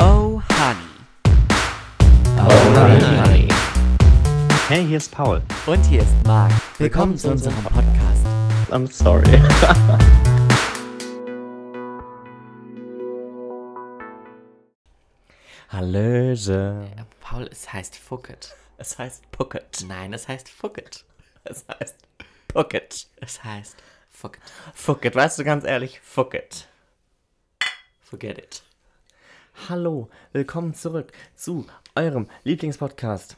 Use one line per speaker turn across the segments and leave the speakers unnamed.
Oh, Honey.
Oh,
Alright, honey.
Hey, hier ist Paul.
Und hier ist Marc. Willkommen zu unserem Podcast.
I'm sorry. Hallöse.
Ja, Äh, Paul, es heißt Fucket.
Es heißt Pocket.
Nein, es heißt Fucket.
Es heißt Pocket.
Es heißt Fucket.
Fucket, weißt du ganz ehrlich, Fucket.
Forget it.
Hallo, willkommen zurück zu eurem Lieblingspodcast.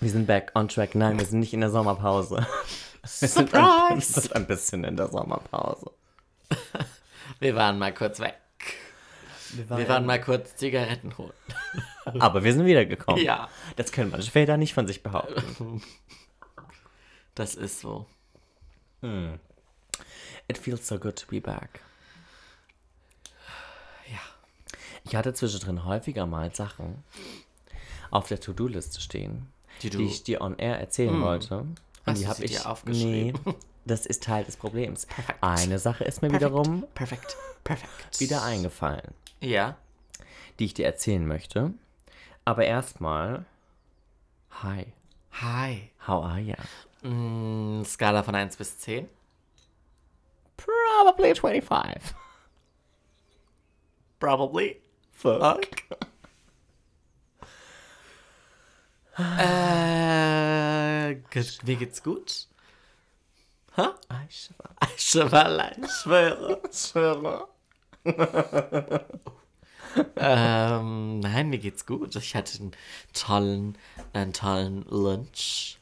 Wir sind back on track. Nein, wir sind nicht in der Sommerpause. Wir sind ein, wir
Surprise!
sind ein bisschen in der Sommerpause.
Wir waren mal kurz weg. Wir waren mal kurz Zigaretten holen.
aber wir sind wiedergekommen.
Ja,
Oh. Das können manche Väter nicht von sich behaupten.
das ist so.
It feels so good to be back.
Ja.
Ich hatte zwischendrin häufiger mal Sachen auf der To-Do-Liste stehen,
Die
die, Hm.
du-
ich dir on air erzählen wollte. Und
Hast du
hab
sie dir aufgeschrieben?
Nee, das ist Teil des Problems.
Perfekt.
Eine Sache ist mir
Perfekt.
wiederum
Perfekt. Perfekt.
wieder eingefallen,
Ja.
die ich dir erzählen möchte. Aber erstmal, hi,
Hi.
how are ya?
Mm, Skala von 1 bis 10.
Probably 25.
Probably.
Fuck.
Äh, ge- mir geht's gut. Hä?
I shiver.
Ich schwöre, ich schwöre.
shiver.
ähm, nein, mir geht's gut. Ich hatte einen tollen, einen tollen Lunch.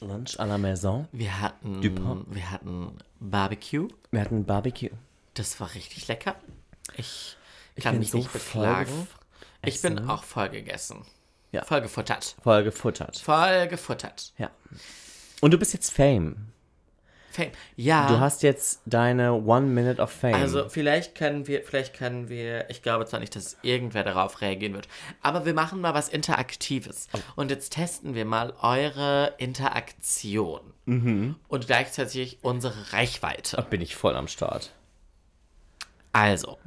Lunch à la maison.
Wir hatten,
Dupont.
wir hatten Barbecue.
Wir hatten Barbecue.
Das war richtig lecker. Ich kann
bin
mich
so
nicht beklagen. Ich bin
vollgefressen.
auch voll gegessen.
Ja.
Voll gefuttert.
Voll gefuttert.
Voll gefuttert.
Ja. Und du bist jetzt Fame.
Fame. Ja.
Du hast jetzt deine One Minute of Fame.
Also vielleicht können wir, vielleicht können wir, ich glaube zwar nicht, dass irgendwer darauf reagieren wird, aber wir machen mal was Interaktives.
Oh.
Und jetzt testen wir mal eure Interaktion
Mhm.
und gleichzeitig unsere Reichweite.
Oh, bin ich voll am Start.
Also,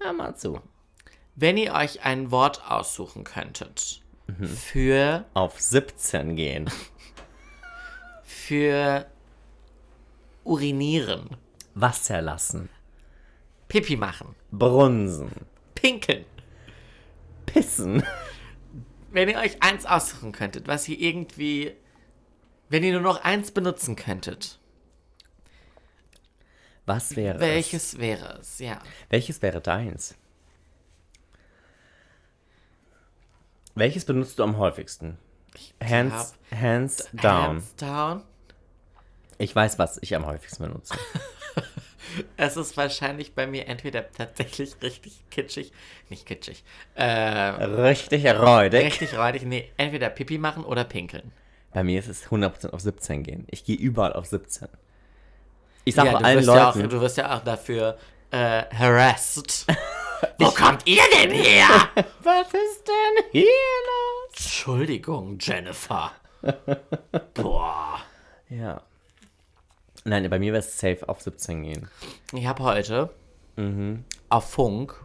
Hör mal zu.
wenn ihr euch ein Wort aussuchen könntet
Mhm.
für,
Auf 17 gehen.
für urinieren,
Wasser lassen.
Pipi machen,
Brunsen.
pinkeln,
Pissen.
wenn ihr euch eins aussuchen könntet, was ihr irgendwie, wenn ihr nur noch eins benutzen könntet,
Was wäre es?
Welches wäre es? Ja.
Welches wäre deins? Welches benutzt du am häufigsten? Hands, hands down.
Hands down.
Ich weiß, was ich am häufigsten benutze.
Es ist wahrscheinlich bei mir entweder tatsächlich richtig kitschig, nicht kitschig, äh,
Richtig räudig.
richtig räudig, nee, entweder Pipi machen oder pinkeln.
Bei mir ist es 100% auf 17 gehen. Ich gehe überall auf 17. Ich sage
ja,
bei
du,
allen
wirst
Leuten.
ja auch, du wirst ja auch dafür äh, harassed. Wo kommt ihr denn her?
Was ist denn hier los?
Entschuldigung, Jennifer. Boah.
Ja. Nein, bei mir wäre es safe auf 17 gehen.
Ich habe heute Mhm. auf Funk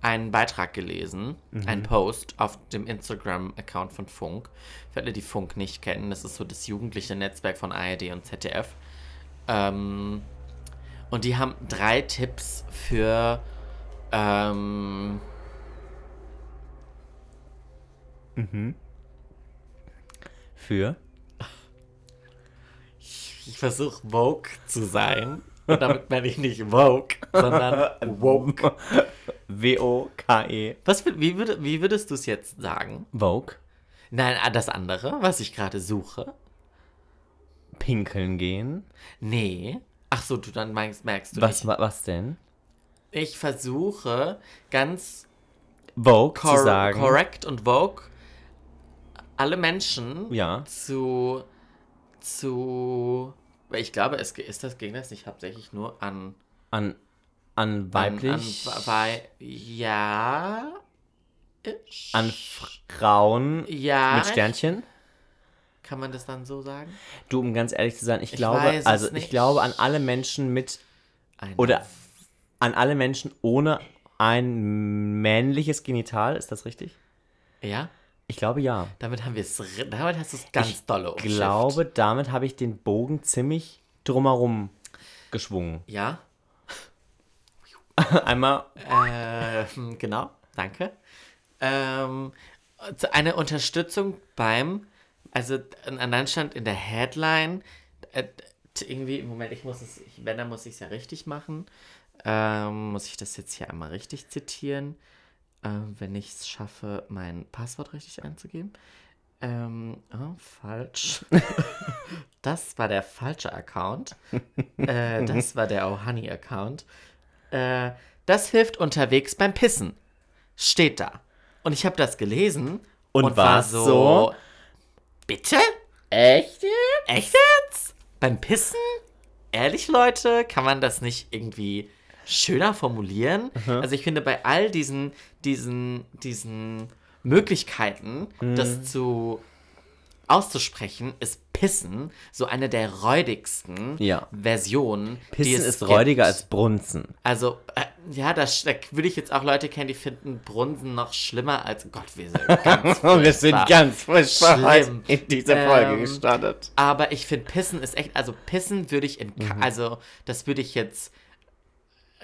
einen Beitrag gelesen, einen Post auf dem Instagram-Account von Funk. Für alle, die Funk nicht kennen, das ist so das jugendliche Netzwerk von ARD und ZDF. Ähm, und die haben drei Tipps für ähm,
Für?
ich versuche woke zu sein. Und damit meine ich nicht woke, sondern woke.
W-O-K-E.
Was, für- wie, würde, wie würdest du es jetzt sagen?
E. Vogue.
Nein, ah, das andere, was ich gerade suche.
Pinkeln gehen.
Nee. Ach so, du dann meinst, merkst du
Was,
nicht.
wa- was denn?
Ich versuche ganz
Vogue
cor
zu sagen.
correct und vogue alle Menschen
Ja.
zu zu weil ich glaube, es ge- ist das ging das nicht hauptsächlich nur an
An, an
an-
weiblich.
an, wei- ja isch.
An Frauen.
ja
Mit Sternchen.
kann man das dann so sagen?
Du, um ganz ehrlich zu sein, ich glaube,
weiß es
also ich
nicht.
glaube an alle Menschen mit
Eine
Oder an alle Menschen ohne ein männliches Genital, ist das richtig?
Ja?
Ich glaube ja.
Damit haben wir es, damit hast du es ganz
Ich
dolle
Ich
umschifft.
glaube, damit habe ich den Bogen ziemlich drumherum geschwungen.
Ja?
Einmal
Ähm, genau, danke. Ähm, zu- eine Unterstützung beim, also an- dann stand in der Headline, äh, t- irgendwie, Moment, ich muss es, ich, wenn, dann muss ich es ja richtig machen. Ähm, muss ich das jetzt hier einmal richtig zitieren? Ähm, wenn ich es schaffe, mein Passwort richtig einzugeben. Ähm, oh, falsch. das war der falsche Account. Äh, das war der Oh Honey Account. Äh, das hilft unterwegs beim Pissen. Steht da. Und ich habe das gelesen
Und war so?
Bitte?
echt?
Echt jetzt? Beim Pissen? Ehrlich, Leute, kann man das nicht irgendwie schöner formulieren? Also ich finde, bei all diesen, diesen, diesen Möglichkeiten,
Mhm.
das zu auszusprechen, ist Pissen so eine der räudigsten
Ja.
Versionen. die
Pissen
es
ist
gibt.
räudiger als Brunzen.
Also, äh, ja, da, sch- da würde ich jetzt auch Leute kennen, die finden Brunsen noch schlimmer als Gott, wir sind ganz
wir sind
furchtbar.
ganz frisch
Schlimm.
in dieser
Ähm,
Folge gestartet.
Aber ich finde, Pissen ist echt, also Pissen würde ich in, Ka-
Mhm.
also das würde ich jetzt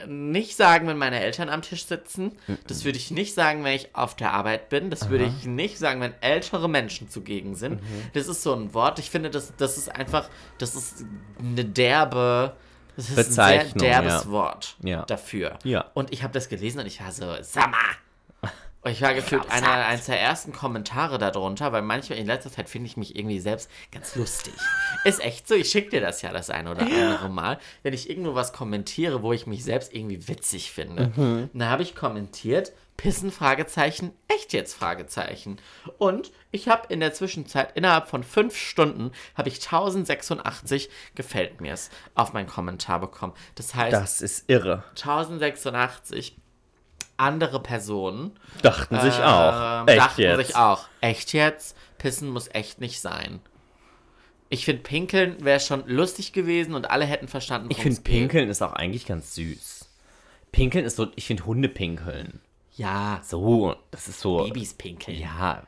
nicht sagen, wenn meine Eltern am Tisch sitzen.
Mhm.
Das würde ich nicht sagen, wenn ich auf der Arbeit bin. Das würde ich nicht sagen, wenn ältere Menschen zugegen sind.
Mhm.
Das ist so ein Wort. Ich finde, das, das ist einfach, das ist eine derbe, das ist ein
Bezeichnung,
sehr derbes
ja.
Wort
Ja.
dafür.
Ja.
Und ich habe das gelesen und ich war so, sag mal, und Ich war gefühlt einer, eines der ersten Kommentare darunter, weil manchmal in letzter Zeit finde ich mich irgendwie selbst ganz lustig. Ist echt so, ich schicke dir das ja das eine oder andere Mal, wenn ich irgendwo was kommentiere, wo ich mich selbst irgendwie witzig finde. Und Da habe ich kommentiert, Pissen, Fragezeichen, echt jetzt, Fragezeichen. Und ich habe in der Zwischenzeit, innerhalb von fünf Stunden, habe ich 1086 gefällt mir's auf meinen Kommentar bekommen. Das heißt,
Das ist irre.
1086 andere Personen
Dachten sich auch.
ähm,
Echt
dachten
jetzt.
sich auch. Echt jetzt? Pissen muss echt nicht sein. Ich finde, pinkeln wäre schon lustig gewesen und alle hätten verstanden,
Ich
worum's
finde
geht.
Pinkeln ist auch eigentlich ganz süß. Pinkeln ist so, ich finde Hunde pinkeln.
Ja,
So, das ist so.
Babys pinkeln.
Ja.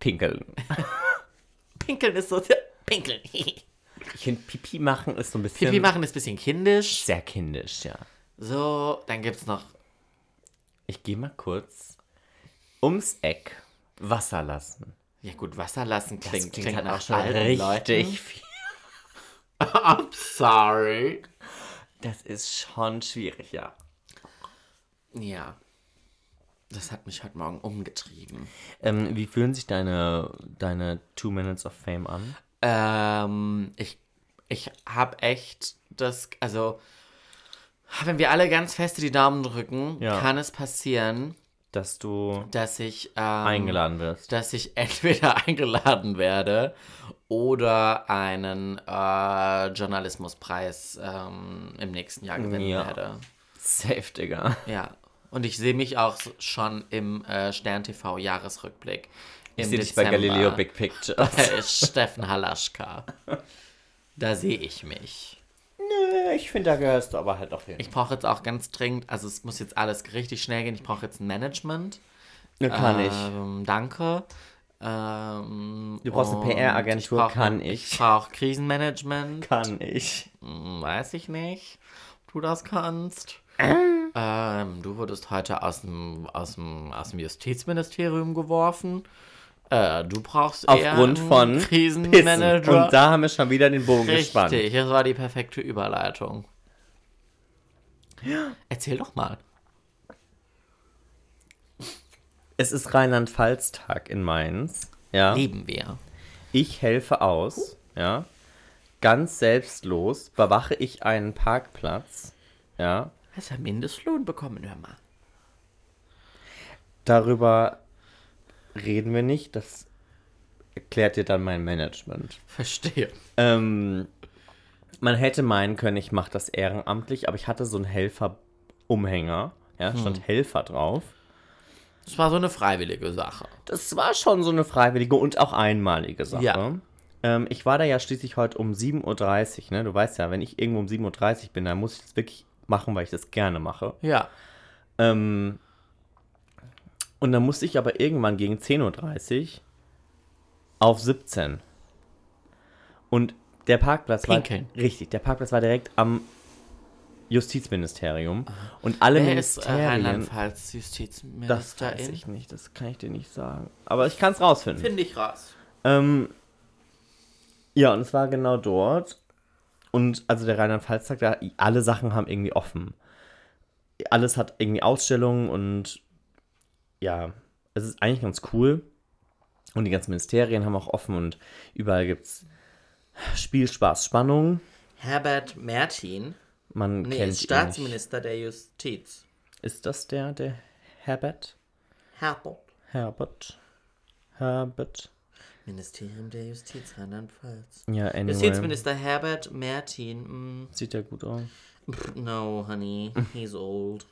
Pinkeln.
Pinkeln ist so. Pinkeln.
Ich finde Pipi machen ist so ein bisschen
Pipi machen ist ein bisschen kindisch.
sehr kindisch, ja.
So, dann gibt's noch.
Ich gehe mal kurz ums Eck Wasser lassen.
Ja, gut, Wasser lassen klingt, klingt
halt
nach alten Leuten.
viel.
I'm sorry.
Das ist schon schwierig, ja.
Ja. Das hat mich heute Morgen umgetrieben.
Ähm, wie fühlen sich deine, deine Two Minutes of Fame an?
Ähm, ich, ich habe echt das, also wenn wir alle ganz feste die Daumen drücken,
Ja.
kann es passieren,
Dass du
dass ich ähm,
eingeladen wirst.
dass ich entweder eingeladen werde oder einen äh, Journalismuspreis ähm, im nächsten Jahr gewinnen
Ja.
werde.
Safe, Digga.
Ja. Und ich sehe mich auch so- schon im äh, Stern TV Jahresrückblick.
Ich
im
sehe dich bei
Dezember.
Galileo Big Picture.
Äh, Steffen Halaschka. Da sehe ich mich.
Äh, ich finde, da gehörst du aber halt auch hin.
Ich brauche jetzt auch ganz dringend, also es muss jetzt alles richtig schnell gehen. Ich brauche jetzt ein Management.
kann ich.
ähm, Danke. Ähm,
Du brauchst eine
und
PR-Agentur,
ich brauche-
kann ich.
Ich brauche Krisenmanagement.
Kann ich.
Hm, Weiß ich nicht, ob du das kannst.
Ah.
Ähm, du wurdest heute aus dem, aus dem, aus dem Justizministerium geworfen. Äh, du brauchst eher
Aufgrund
einen
von Pissen.
Krisenmanager.
Und da haben wir schon wieder den Bogen gespannt.
Richtig, das war die perfekte Überleitung. Erzähl doch mal.
Es ist Rheinland-Pfalz-Tag in Mainz. Ja.
Leben wir.
Ich helfe aus, ja. Ganz selbstlos bewache ich einen Parkplatz, ja.
Hast du Mindestlohn bekommen, hör mal.
Darüber reden wir nicht, das erklärt dir dann mein Management.
Verstehe.
Ähm, man hätte meinen können, ich mache das ehrenamtlich, aber ich hatte so einen Helfer-Umhänger, ja, stand Helfer drauf.
Das war so eine freiwillige Sache.
Das war schon so eine freiwillige und auch einmalige Sache.
Ja.
Ähm, ich war da ja schließlich heute um 7.30 Uhr, ne? Du weißt ja, wenn ich irgendwo um 7.30 Uhr bin, dann muss ich das wirklich machen, weil ich das gerne mache.
Ja.
Ähm, und dann musste ich aber irgendwann gegen 10.30 Uhr auf 17. Und der Parkplatz
Pinkeln.
war. Richtig, der Parkplatz war direkt am Justizministerium. Und alle
Wer ist äh,
Ministerien.
Rheinland-Pfalz
das
Justizministerin?
weiß ich nicht, das kann ich dir nicht sagen. Aber ich kann es rausfinden.
Finde ich raus.
Ähm, ja, und es war genau dort. Und also der Rheinland-Pfalz-Tag, da alle Sachen haben irgendwie offen. Alles hat irgendwie Ausstellungen und ja, es ist eigentlich ganz cool. Und die ganzen Ministerien haben auch offen und überall gibt's Spiel, Spaß, Spannung.
Herbert Mertin
Man
nee,
kennt
ist
ihn nicht.
Staatsminister der Justiz.
Ist das der, der Herbert?
Herbert.
Herbert. Herbert.
Ministerium der Justiz Rheinland-Pfalz.
Ja, anyway.
Justizminister Herbert Mertin. Mm,
Sieht ja gut aus.
pff, no, honey, he's old.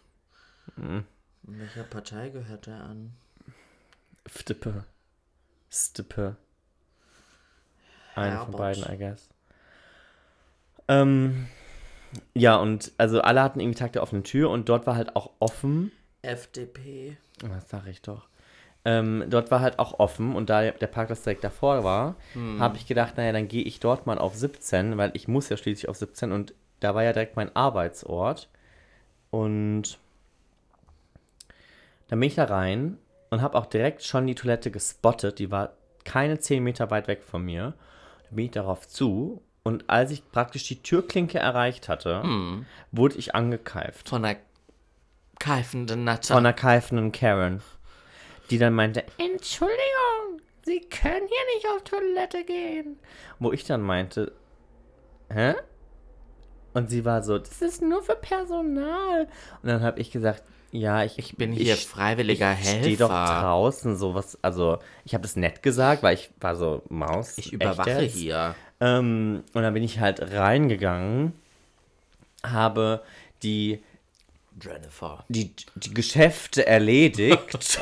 Mhm.
Welcher Partei gehört er an?
Stippe. Stippe. Einen von
Herbert.
beiden, I guess. Ähm, ja, und also alle hatten irgendwie Tag der offenen Tür und dort war halt auch offen.
FDP.
Was sag ich doch? Ähm, dort war halt auch offen und da der Parkplatz direkt davor war, habe ich gedacht, naja, dann gehe ich dort mal auf 17, weil ich muss ja schließlich auf 17 und da war ja direkt mein Arbeitsort. Und dann bin ich da rein und habe auch direkt schon die Toilette gespottet. Die war keine 10 Meter weit weg von mir. Dann bin ich darauf zu und als ich praktisch die Türklinke erreicht hatte, wurde ich angekeift
Von einer keifenden Natter.
von einer keifenden Karen, die dann meinte,
Entschuldigung, Sie können hier nicht auf Toilette gehen.
wo ich dann meinte, hä? Und sie war so, das
Das ist nur für Personal.
und dann habe ich gesagt, ja, ich,
ich bin hier freiwilliger Helfer.
Steh doch draußen, sowas. Also, ich habe das nett gesagt, weil ich war so Maus.
Ich
echt
überwache
jetzt?
hier.
Ähm, und dann bin ich halt reingegangen, habe die
Jennifer.
die, die Geschäfte erledigt.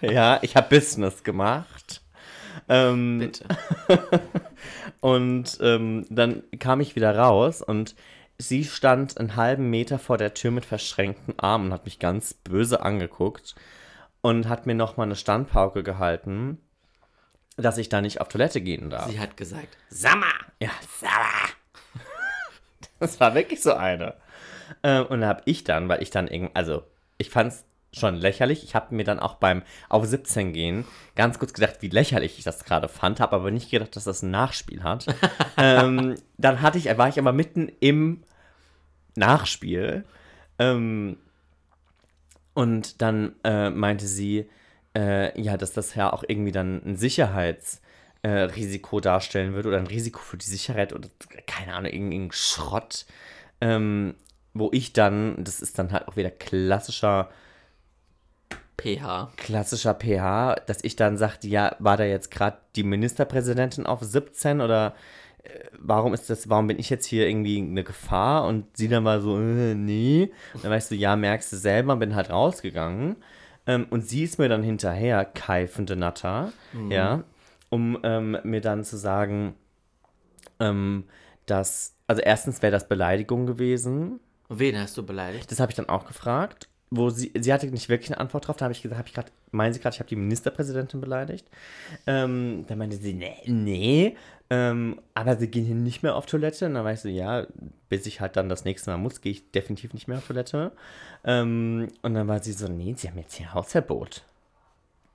ja, ich habe Business gemacht. Ähm,
Bitte.
Und ähm, dann kam ich wieder raus und sie stand einen halben Meter vor der Tür mit verschränkten Armen und hat mich ganz böse angeguckt und hat mir nochmal eine Standpauke gehalten, dass ich da nicht auf Toilette gehen darf.
Sie hat gesagt,
Ja, sauer. Das war wirklich so eine. Ähm, und da habe ich dann, weil ich dann irgendwie, also ich fand es schon lächerlich. Ich habe mir dann auch beim auf 17 gehen ganz kurz gedacht, wie lächerlich ich das gerade fand, habe aber nicht gedacht, dass das ein Nachspiel hat. ähm, dann hatte ich, war ich aber mitten im Nachspiel. Ähm, und dann äh, meinte sie, äh, ja, dass das ja auch irgendwie dann ein Sicherheitsrisiko äh, Risiko darstellen würde oder ein Risiko für die Sicherheit oder keine Ahnung, irgendein Schrott. Ähm, wo ich dann, das ist dann halt auch wieder klassischer,
PH.
klassischer PH, dass ich dann sagte, ja, war da jetzt gerade die Ministerpräsidentin auf 17 oder äh, warum ist das, warum bin ich jetzt hier irgendwie eine Gefahr? Und sie dann war so, äh, nee. Und dann weißt du, ja, merkst du selber, bin halt rausgegangen. Ähm, und sie ist mir dann hinterher, keifende Natter, ja, um ähm, mir dann zu sagen, ähm, dass, also erstens wäre das Beleidigung gewesen,
Wen hast du beleidigt?
das habe ich dann auch gefragt, wo sie, sie hatte nicht wirklich eine Antwort drauf. Da habe ich gesagt, habe ich gerade, meinen Sie gerade, ich habe die Ministerpräsidentin beleidigt? Ähm, dann meinte sie, nee, nee. Ähm, aber sie gehen hier nicht mehr auf Toilette. Und dann war ich so, ja, bis ich halt dann das nächste Mal muss, gehe ich definitiv nicht mehr auf Toilette. Ähm, und dann war sie so, nee, sie haben jetzt hier Hausverbot.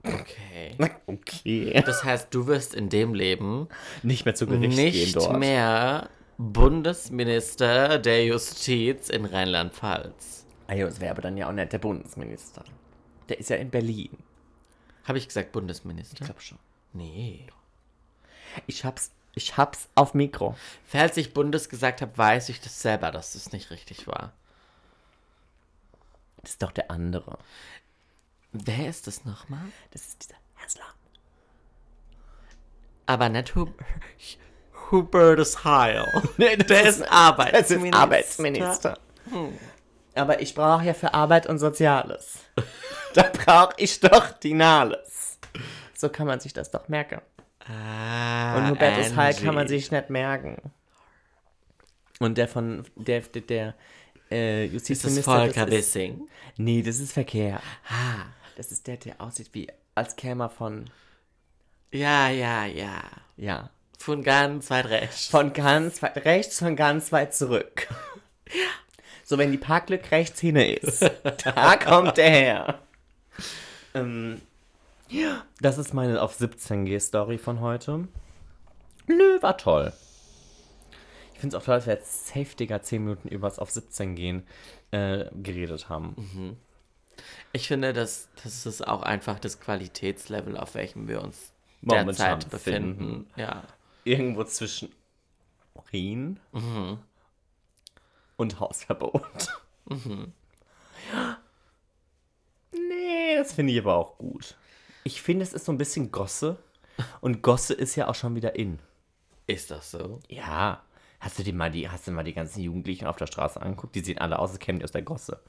Okay.
Okay.
Das heißt, du wirst in dem Leben
Nicht mehr zu Gericht gehen
nicht
dort.
mehr Bundesminister der Justiz in Rheinland-Pfalz.
Ah ja, das wäre aber dann ja auch nicht der Bundesminister. Der ist ja in Berlin.
Habe ich gesagt Bundesminister?
glaube schon.
Nee.
Ich hab's, ich hab's auf Mikro.
Falls ich Bundes gesagt habe, weiß ich das selber, dass das nicht richtig war.
Das ist doch der andere.
Wer ist das nochmal?
Das ist dieser Hässler.
Aber nicht Hub Hubertus Heil.
Nee, das
Der ist Arbeitsminister.
Arbeitsminister. Hm. Aber ich brauche ja für Arbeit und Soziales. da brauche ich doch Dinales. So kann man sich das doch merken.
Ah,
Und Hubertus Heil kann man
Angie.
sich nicht merken. Und der von, der, der, der äh,
Ist das
Justizminister.
Volker
das ist,
Wissing?
nee, das ist Verkehr.
Ah,
Das ist der, der aussieht wie als Kämer von.
ja, ja, ja.
Ja.
Von ganz weit rechts.
Von ganz weit rechts, von ganz weit zurück. So, wenn die Parklück rechts hin ist, da kommt der her. Ähm, ja, das ist meine auf 17G-Story von heute. Nö, war toll. Ich finde es auch toll, dass wir jetzt safe, Digga, 10 Minuten übers auf 17 gehen äh, geredet haben.
Ich finde, das, das ist auch einfach das Qualitätslevel, auf welchem wir uns
Momentan
derzeit
befinden.
befinden. Ja.
Irgendwo zwischen Urin und Hausverbot. Nee, das finde ich aber auch gut. Ich finde, es ist so ein bisschen Gosse. Und Gosse ist ja auch schon wieder in.
Ist das so?
Ja. Hast du dir mal die, hast du mal die ganzen Jugendlichen auf der Straße angeguckt? Die sehen alle aus, als kämen die aus der Gosse.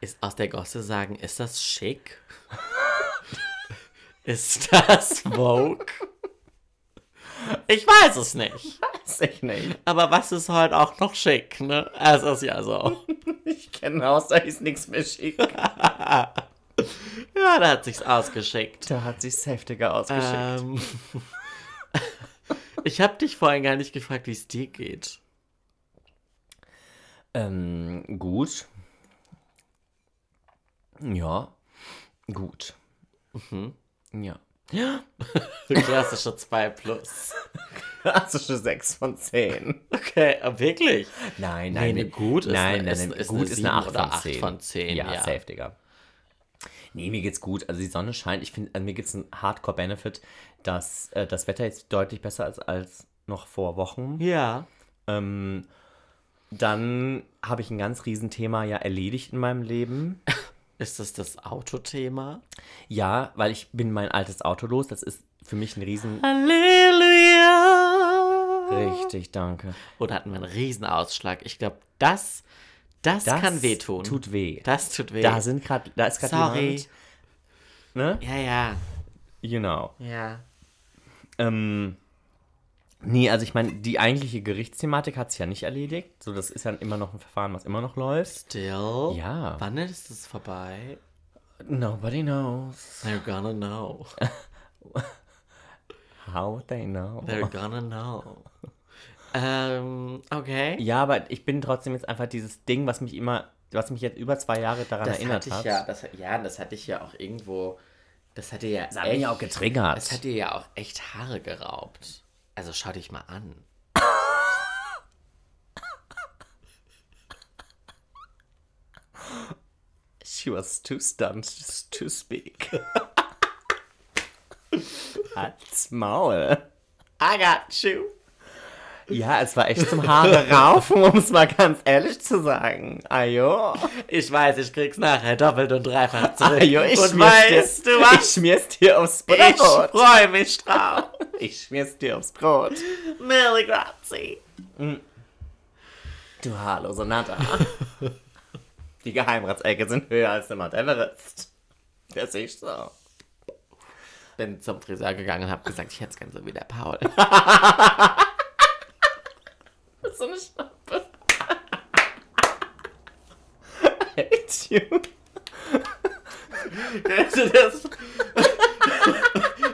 Ist aus der Gosse sagen, ist das schick? ist das Vogue? Ich weiß es nicht.
Weiß ich nicht.
Aber was ist heute auch noch schick, ne? Es ist ja so.
Ich kenne aus, da ist nichts mehr schick.
Ja, da hat sich's ausgeschickt.
Da hat sich heftiger ausgeschickt.
Ähm, ich habe dich vorhin gar nicht gefragt, wie es dir geht.
Ähm, gut. Ja. Gut.
Mhm.
Ja.
Klassische 2 plus. Also
Klassische 6 von 10.
Okay, äh, wirklich?
Nein,
Nee,
nein.
eine
nee.
gut ist
nein,
eine-
nein,
ist-
nein,
ist
gut
eine
ist
sieben
eine 8
oder
von
acht
10.
von zehn,
Ja,
ja.
safe, Digga. Nee, mir geht's gut. Also die Sonne scheint. Ich finde, also mir gibt's einen Hardcore-Benefit, dass äh, das Wetter jetzt deutlich besser ist als noch vor Wochen.
Ja.
Ähm, dann habe ich ein ganz Riesenthema ja erledigt in meinem Leben.
Ist das das Autothema?
Ja, weil ich bin mein altes Auto los. Das ist für mich ein riesen...
Halleluja!
Richtig, danke.
Oder hatten wir einen Riesenausschlag? Ich glaube, das, das,
Das
kann wehtun.
Tut weh.
das tut weh.
da sind gerade, da ist gerade
Sorry.
jemand. Ne?
Ja, ja,
Genau.
ja.
Ähm, nee, also ich meine, die eigentliche Gerichtsthematik hat sich ja nicht erledigt. So, das ist ja immer noch ein Verfahren, was immer noch läuft.
Still?
Ja.
Wann ist es vorbei?
Nobody knows.
They're gonna know.
How would they know?
They're gonna know. ähm, okay.
Ja, aber ich bin trotzdem jetzt einfach dieses Ding, was mich immer, was mich jetzt über zwei Jahre daran
Das
erinnert
hatte ich
hat.
ja, das, ja, das hatte ich ja auch irgendwo. Das hatte ja.
Das hat mich auch getriggert.
Das hat dir ja auch echt Haare geraubt. Also schau dich mal an.
She was too stunned just to speak. Halt's Maul.
I got you.
Ja, es war echt zum Haare raufen, um es mal ganz ehrlich zu sagen. Ajo.
Ich weiß, ich krieg's nachher doppelt und dreifach zurück.
Ajo, ich
und
schmier's dir-
weißt du was?
Ich schmier's dir aufs Brot.
Ich freue mich drauf.
Ich schmier's dir aufs Brot.
Milli grazie.
Du haarlose Natter. Die Geheimratsecke sind höher als der Mount Everest. Das ist so.
Bin zum Friseur gegangen und hab gesagt, ich hätte gern so wie der Paul.
So eine Schnappe. I hate you.
Kennst du das?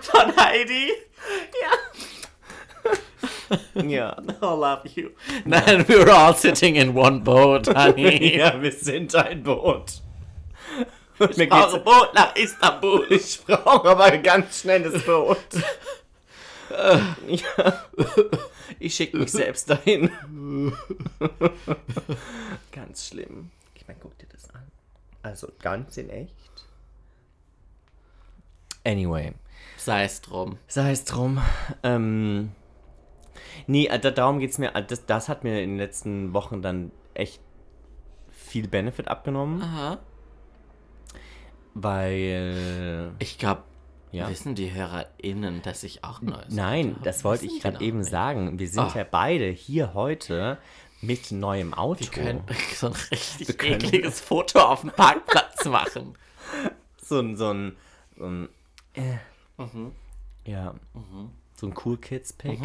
Von Heidi?
Ja.
I love you. Nein, we were all sitting in one boat, honey.
Ja, wir sind ein Boot. Und mir
Eure
geht's,
Boot nach Istanbul.
ich brauche aber ein ganz schnelles Boot. ja. Ich schicke mich selbst dahin. ganz schlimm. Ich meine, guck dir das an. Also ganz in echt. Anyway.
Sei es drum.
Sei es drum. Ähm, nee, äh, da, darum geht's mir. äh, Das, das hat mir in den letzten Wochen dann echt viel Benefit abgenommen,
Aha.
weil.
Ich glaube,
Ja.
wissen die HörerInnen, dass ich auch Neues
Nein,
habe?
das wollte
Wissen
ich
die
gerade
noch
eben
nicht?
sagen. Wir sind
Ah.
ja beide hier heute mit neuem Auto.
Wir können so ein richtig
können-
ekliges Foto auf dem Parkplatz machen.
so ein. So ein, so ein
Mhm.
äh, Ja. So ein Cool Kids Pick.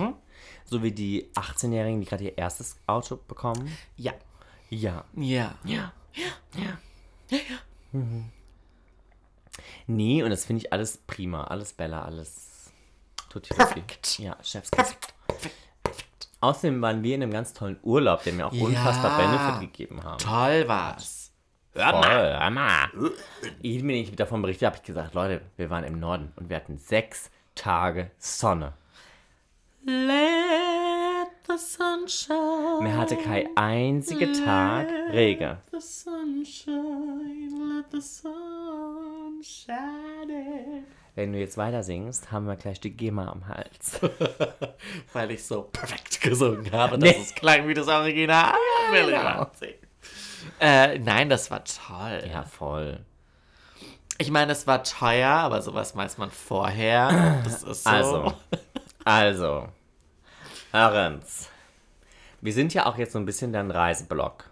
So wie die 18-Jährigen, die gerade ihr erstes Auto bekommen.
Ja.
Ja.
Ja.
Ja, ja, ja.
Mhm. Nee, und das finde ich alles prima. Alles Bella, alles. Tutti Perfekt. Ja, Chefskiss. Außerdem waren wir in einem ganz tollen Urlaub, der mir auch unfassbar
Ja.
Benefit gegeben haben.
Toll war's.
Hör mal, hör mal. Ich bin nicht davon berichtet, habe ich gesagt, Leute, wir waren im Norden und wir hatten sechs Tage Sonne.
Let the sunshine,
Mir hatte kein einziger Tag Regen.
the sunshine, let the sunshine.
Wenn du jetzt weiter singst, haben wir gleich die GEMA am Hals.
Weil ich so perfekt gesungen habe, dass
Nee.
es klang wie das Original. Ja, genau. äh, nein, das war toll.
Ja, voll.
Ich meine, es war teuer, aber sowas weiß man vorher. Das ist so.
Also, also, Ahrens, wir sind ja auch jetzt so ein bisschen dein Reiseblock.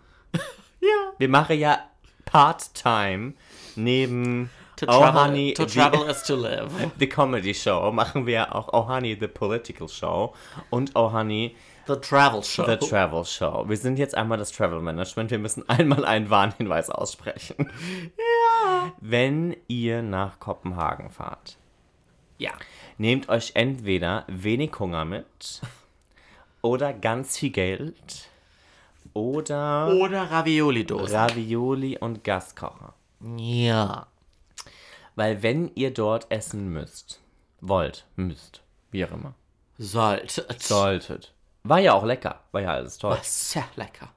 ja.
Wir machen ja Part-Time neben
To
Oh
travel,
Honey,
to
the-
travel is to live.
The Comedy Show machen wir auch Oh Honey, The Political Show und Oh Honey,
The travel show.
The Travel Show. Wir sind jetzt einmal das Travel Management. Wir müssen einmal einen Warnhinweis aussprechen. Ja. Wenn ihr nach Kopenhagen fahrt,
ja.
nehmt euch entweder wenig Hunger mit oder ganz viel Geld oder
Oder Ravioli-Dose.
Ravioli und Gaskocher.
ja.
Weil wenn ihr dort essen müsst, wollt, müsst, wie auch immer,
Sollte.
solltet. War ja auch lecker, war ja alles toll.
Sehr lecker.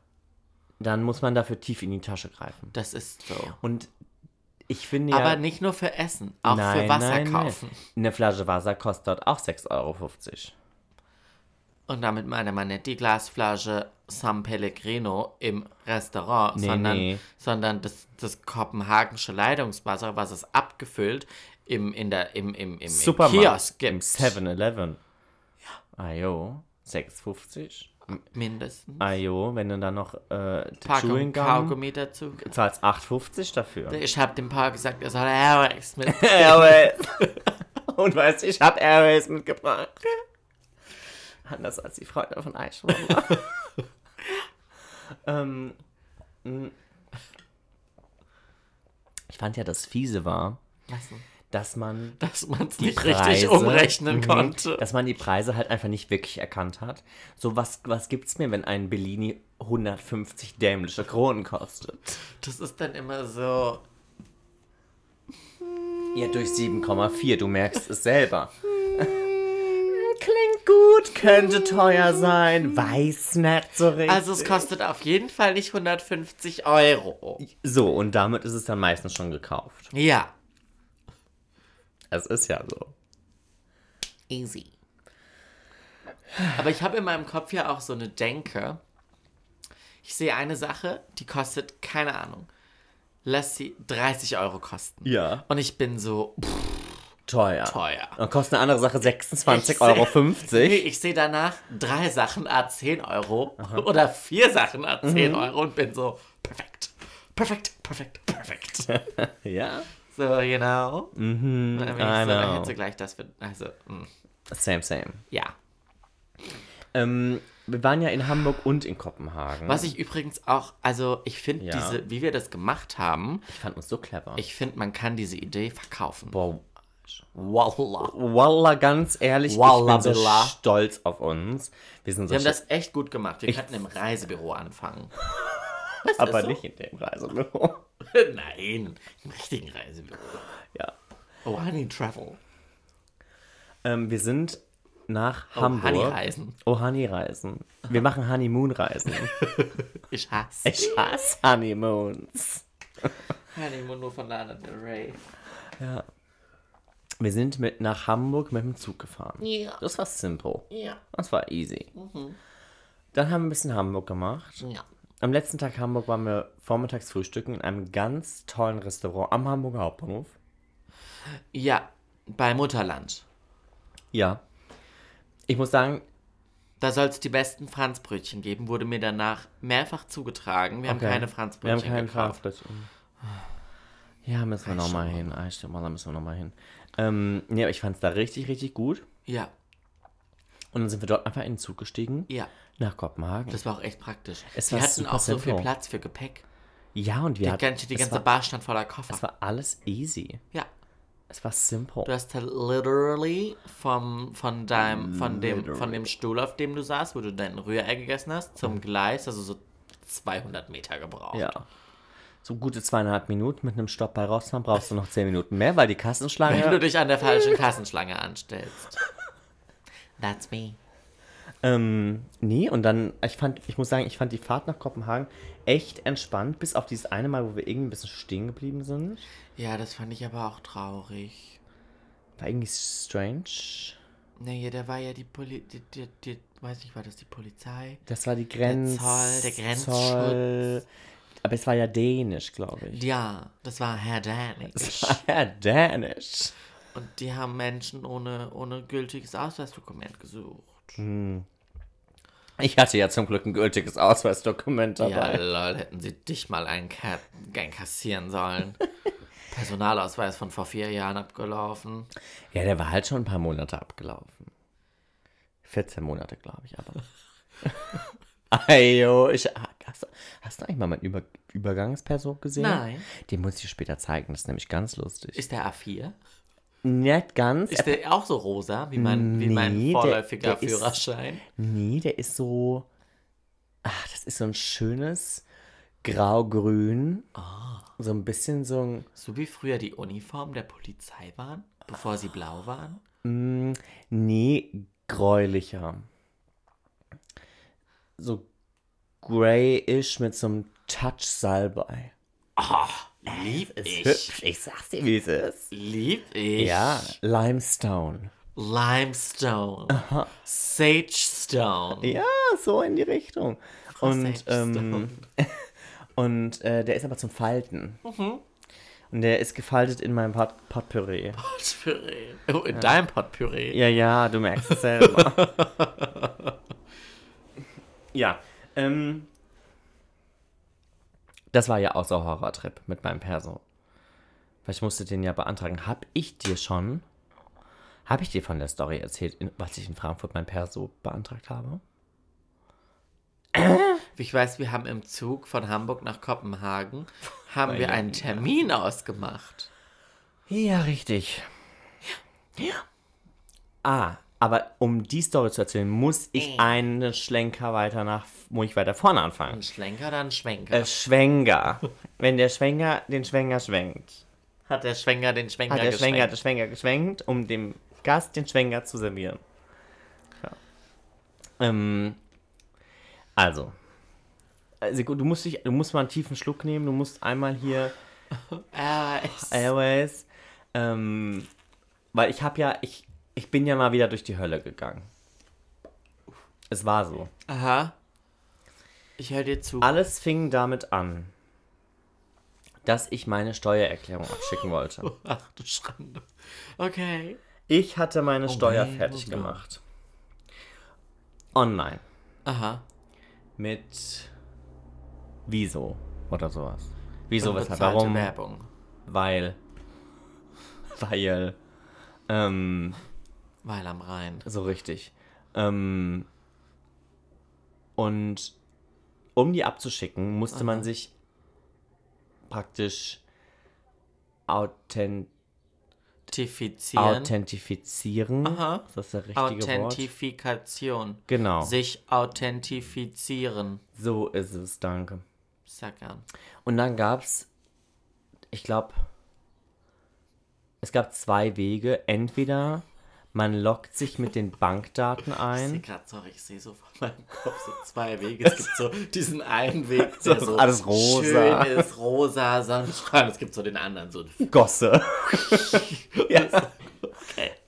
Dann muss man dafür tief in die Tasche greifen.
Das ist so.
Und ich finde ja,
Aber nicht nur für Essen, auch für
Nein,
Wasser
nein, nein.
kaufen.
Eine Flasche Wasser kostet dort auch 6,50 Euro.
Und damit meine man nicht die Glasflasche San Pellegrino im Restaurant,
Nee,
sondern,
nee.
sondern das, das kopenhagenische Leitungswasser, was es abgefüllt im, in der, im, im, im, im
Supermarkt.
Kiosk
Im
gibt.
7-Eleven. Ja. Ajo, 6,50.
Mindestens.
Ajo, wenn du dann noch äh,
Packung
Chewing Gum
Kaugummi dazu. Also
zahlst 8,50 dafür.
Ich habe dem Paar gesagt, er soll Airwax mit.
Airways. Und weißt du, ich habe Airways mitgebracht. Anders als die Freunde von Eichhörnchen. ähm, mh. ich fand ja, das Fiese war,
Lassen,
dass man
Dass man es nicht
Preise,
richtig umrechnen
mhm,
konnte.
Dass man die Preise halt einfach nicht wirklich erkannt hat. So, was, was gibt's mir, wenn ein Bellini 150 dämliche Kronen kostet?
Das ist dann immer so.
Ja, durch 7,4, du merkst es selber.
Klingt gut.
Könnte teuer sein, weiß nicht so richtig.
Also es kostet auf jeden Fall nicht 150 Euro.
so, und damit ist es dann meistens schon gekauft.
Ja.
Es ist ja so.
Easy. Aber ich habe in meinem Kopf ja auch so eine Denke. Ich sehe eine Sache, die kostet, keine Ahnung, lass sie 30 Euro kosten.
Ja.
Und ich bin so, pff,
Teuer.
Teuer.
Dann kostet eine andere Sache 26,50
Ich seh-
Euro.
nee, ich sehe danach drei Sachen A10 Euro oder vier Sachen A10
Mhm.
Euro und bin so, perfekt, perfekt, perfekt, perfekt.
Ja.
So, genau. Mhm, dann bin ich so,
I
dann
know.
hättest du gleich das für, also, mm,
Same, same.
ja.
Ähm, wir waren ja in Hamburg und in Kopenhagen.
Was ich übrigens auch, also ich finde
Ja.
diese, wie wir das gemacht haben,
Ich fand uns so clever.
Ich finde, man kann diese Idee verkaufen.
Boah,
Wallah.
Wallah, ganz ehrlich,
Wallah,
ich bin so
billah.
stolz auf uns. Wir sind so
Wir haben das echt gut gemacht. Wir
Ich-
könnten im Reisebüro anfangen.
aber
so.
nicht in dem Reisebüro.
Nein, im richtigen Reisebüro.
ja.
Oh, Honey Travel.
Ähm, wir sind nach Hamburg.
Honey-Reisen.
Oh, Honey-Reisen. Wir machen Honeymoon-Reisen.
Ich hasse.
ich hasse Honeymoons.
Honeymoon nur von Lana Del Rey.
Wir sind mit nach Hamburg mit dem Zug gefahren.
Ja.
Das war simple.
Ja.
Das war easy. Dann haben wir ein bisschen Hamburg gemacht.
Ja.
Am letzten Tag Hamburg waren wir vormittags frühstücken in einem ganz tollen Restaurant am Hamburger Hauptbahnhof.
Ja, bei Mutterland.
Ja. Ich muss sagen,
Da soll es die besten Franzbrötchen geben, wurde mir danach mehrfach zugetragen. Wir
Okay.
haben keine
wir haben
Franzbrötchen
keinen
gekauft.
Franzbrötchen. Ja, müssen wir nochmal hin. Ah, stimmt, da müssen wir nochmal hin. Ähm, nee, aber ich fand's da richtig, richtig gut.
Ja.
Und dann sind wir dort einfach in den Zug gestiegen
Ja,
nach Kopenhagen.
das war auch echt praktisch.
Es
wir
war
hatten
super
auch so viel
simpel.
Platz für Gepäck.
ja, und wir
Die ganze, die
es
ganze
war,
Bar stand voller Koffer.
Es war alles easy.
ja.
Es war simple.
Du hast halt literally vom, von deinem, von dem, von dem Stuhl, auf dem du saßt, wo du deinen Rührei gegessen hast, zum Gleis, also so 200 Meter gebraucht.
Ja. So gute zweieinhalb Minuten mit einem Stopp bei Rossmann brauchst du noch zehn Minuten mehr, weil die Kassenschlange.
Wenn du dich an der falschen Kassenschlange anstellst. That's me.
Ähm, nee, und dann, ich fand, ich muss sagen, ich fand die Fahrt nach Kopenhagen echt entspannt, bis auf dieses eine Mal, wo wir irgendwie ein bisschen stehen geblieben sind.
Ja, das fand ich aber auch traurig.
War irgendwie strange.
Nee, da war ja die Poli... Die, die, die, weiß nicht, war das die Polizei?
Das war die Grenz.
Zoll, der Grenzschutz.
Zoll. Aber es war ja dänisch, glaube ich.
Ja, das war Herr Dänisch.
Es war ja dänisch.
Und die haben Menschen ohne, ohne gültiges Ausweisdokument gesucht.
Ich hatte ja zum Glück ein gültiges Ausweisdokument
Ja,
dabei.
lol, hätten sie dich mal einka- einkassieren sollen. Personalausweis von vor vier Jahren abgelaufen.
Ja, der war halt schon ein paar Monate abgelaufen. 14 Monate, glaube ich, aber. Ajo, ich. ah, Hast, du- hast du eigentlich mal meinen Über, Übergangsperson gesehen?
Nein.
Den muss ich dir später zeigen, das ist nämlich ganz lustig.
Ist der A4?
Nicht ganz.
Ist der auch so rosa, wie mein, wie mein
Nee, der-
vorläufiger
der ist-
Führerschein?
nee, der ist so. Ach, das ist so ein schönes Grau-Grün.
Ah.
So ein bisschen so ein.
So wie früher die Uniform der Polizei waren, bevor sie blau waren?
Mm, Nee, gräulicher. So grayish mit so einem Touch Salbei.
Lieb ich.
ich sag's dir, wie es ist.
Lieb ich.
Ja, Limestone.
Limestone. Sage Stone.
Ja, so in die Richtung. Und,
Oh, Sagestone.
ähm, und äh, der ist aber zum Falten. Und der ist gefaltet in meinem Pot Potpourri.
Potpüree. Oh, in deinem Potpüree.
Ja, ja, du merkst es selber. ja, ähm. Das war ja auch so ein Horrortrip mit meinem Perso. Weil ich musste den ja beantragen. Hab ich dir schon. Hab ich dir von der Story erzählt, in, was ich in Frankfurt mein Perso beantragt habe?
Ich weiß, wir haben im Zug von Hamburg nach Kopenhagen haben wir einen Termin ausgemacht.
Ja, richtig. Ja. Ah, aber um die Story zu erzählen, muss ich einen Schlenker weiter nach, muss ich weiter vorne anfangen.
Ein Schlenker oder ein Schwenker?
Äh, Schwenger. Wenn der Schwenger den Schwenger schwenkt.
hat der Schwenker den Schwenker
Hat der Schwenger den
geschwenkt?
Schwenger geschwenkt, um dem Gast den Schwenger zu servieren. Ja. Ähm, also. Also gut, du musst dich, du musst mal einen tiefen Schluck nehmen, du musst einmal hier
Ah, es-
Äh. Airways. Ähm, weil ich habe ja, ich, ich bin ja mal wieder durch die Hölle gegangen. Es war so.
aha. Ich höre dir zu.
Alles fing damit an, dass ich meine Steuererklärung abschicken wollte.
Ach du Schande. Okay.
Ich hatte meine Steuer
wei,
fertig
oh wei.
gemacht. Online.
Aha.
Mit Wieso oder sowas. Wieso, weshalb,
Unbezahlte
warum?
Werbung.
Weil. Weil. Ähm,
Weil am Rhein.
so richtig. Ähm, und um die abzuschicken, musste man sich praktisch authent
Authentifizieren.
authentifizieren.
Aha.
Ist das der richtige Wort?
Authentifikation.
Genau.
Sich authentifizieren.
So ist es, danke.
Sag an.
Und dann gab's, ich glaube, es gab zwei Wege. Entweder man lockt sich mit den Bankdaten
Ich sehe
ein.
gerade, sorry, ich sehe so vor meinem Kopf so zwei Wege. Es gibt so diesen einen Weg, der
ist
so
alles rosa.
schön ist, rosa, Sonnenstrahlen. Es gibt so den anderen, so ein
Gosse. ja.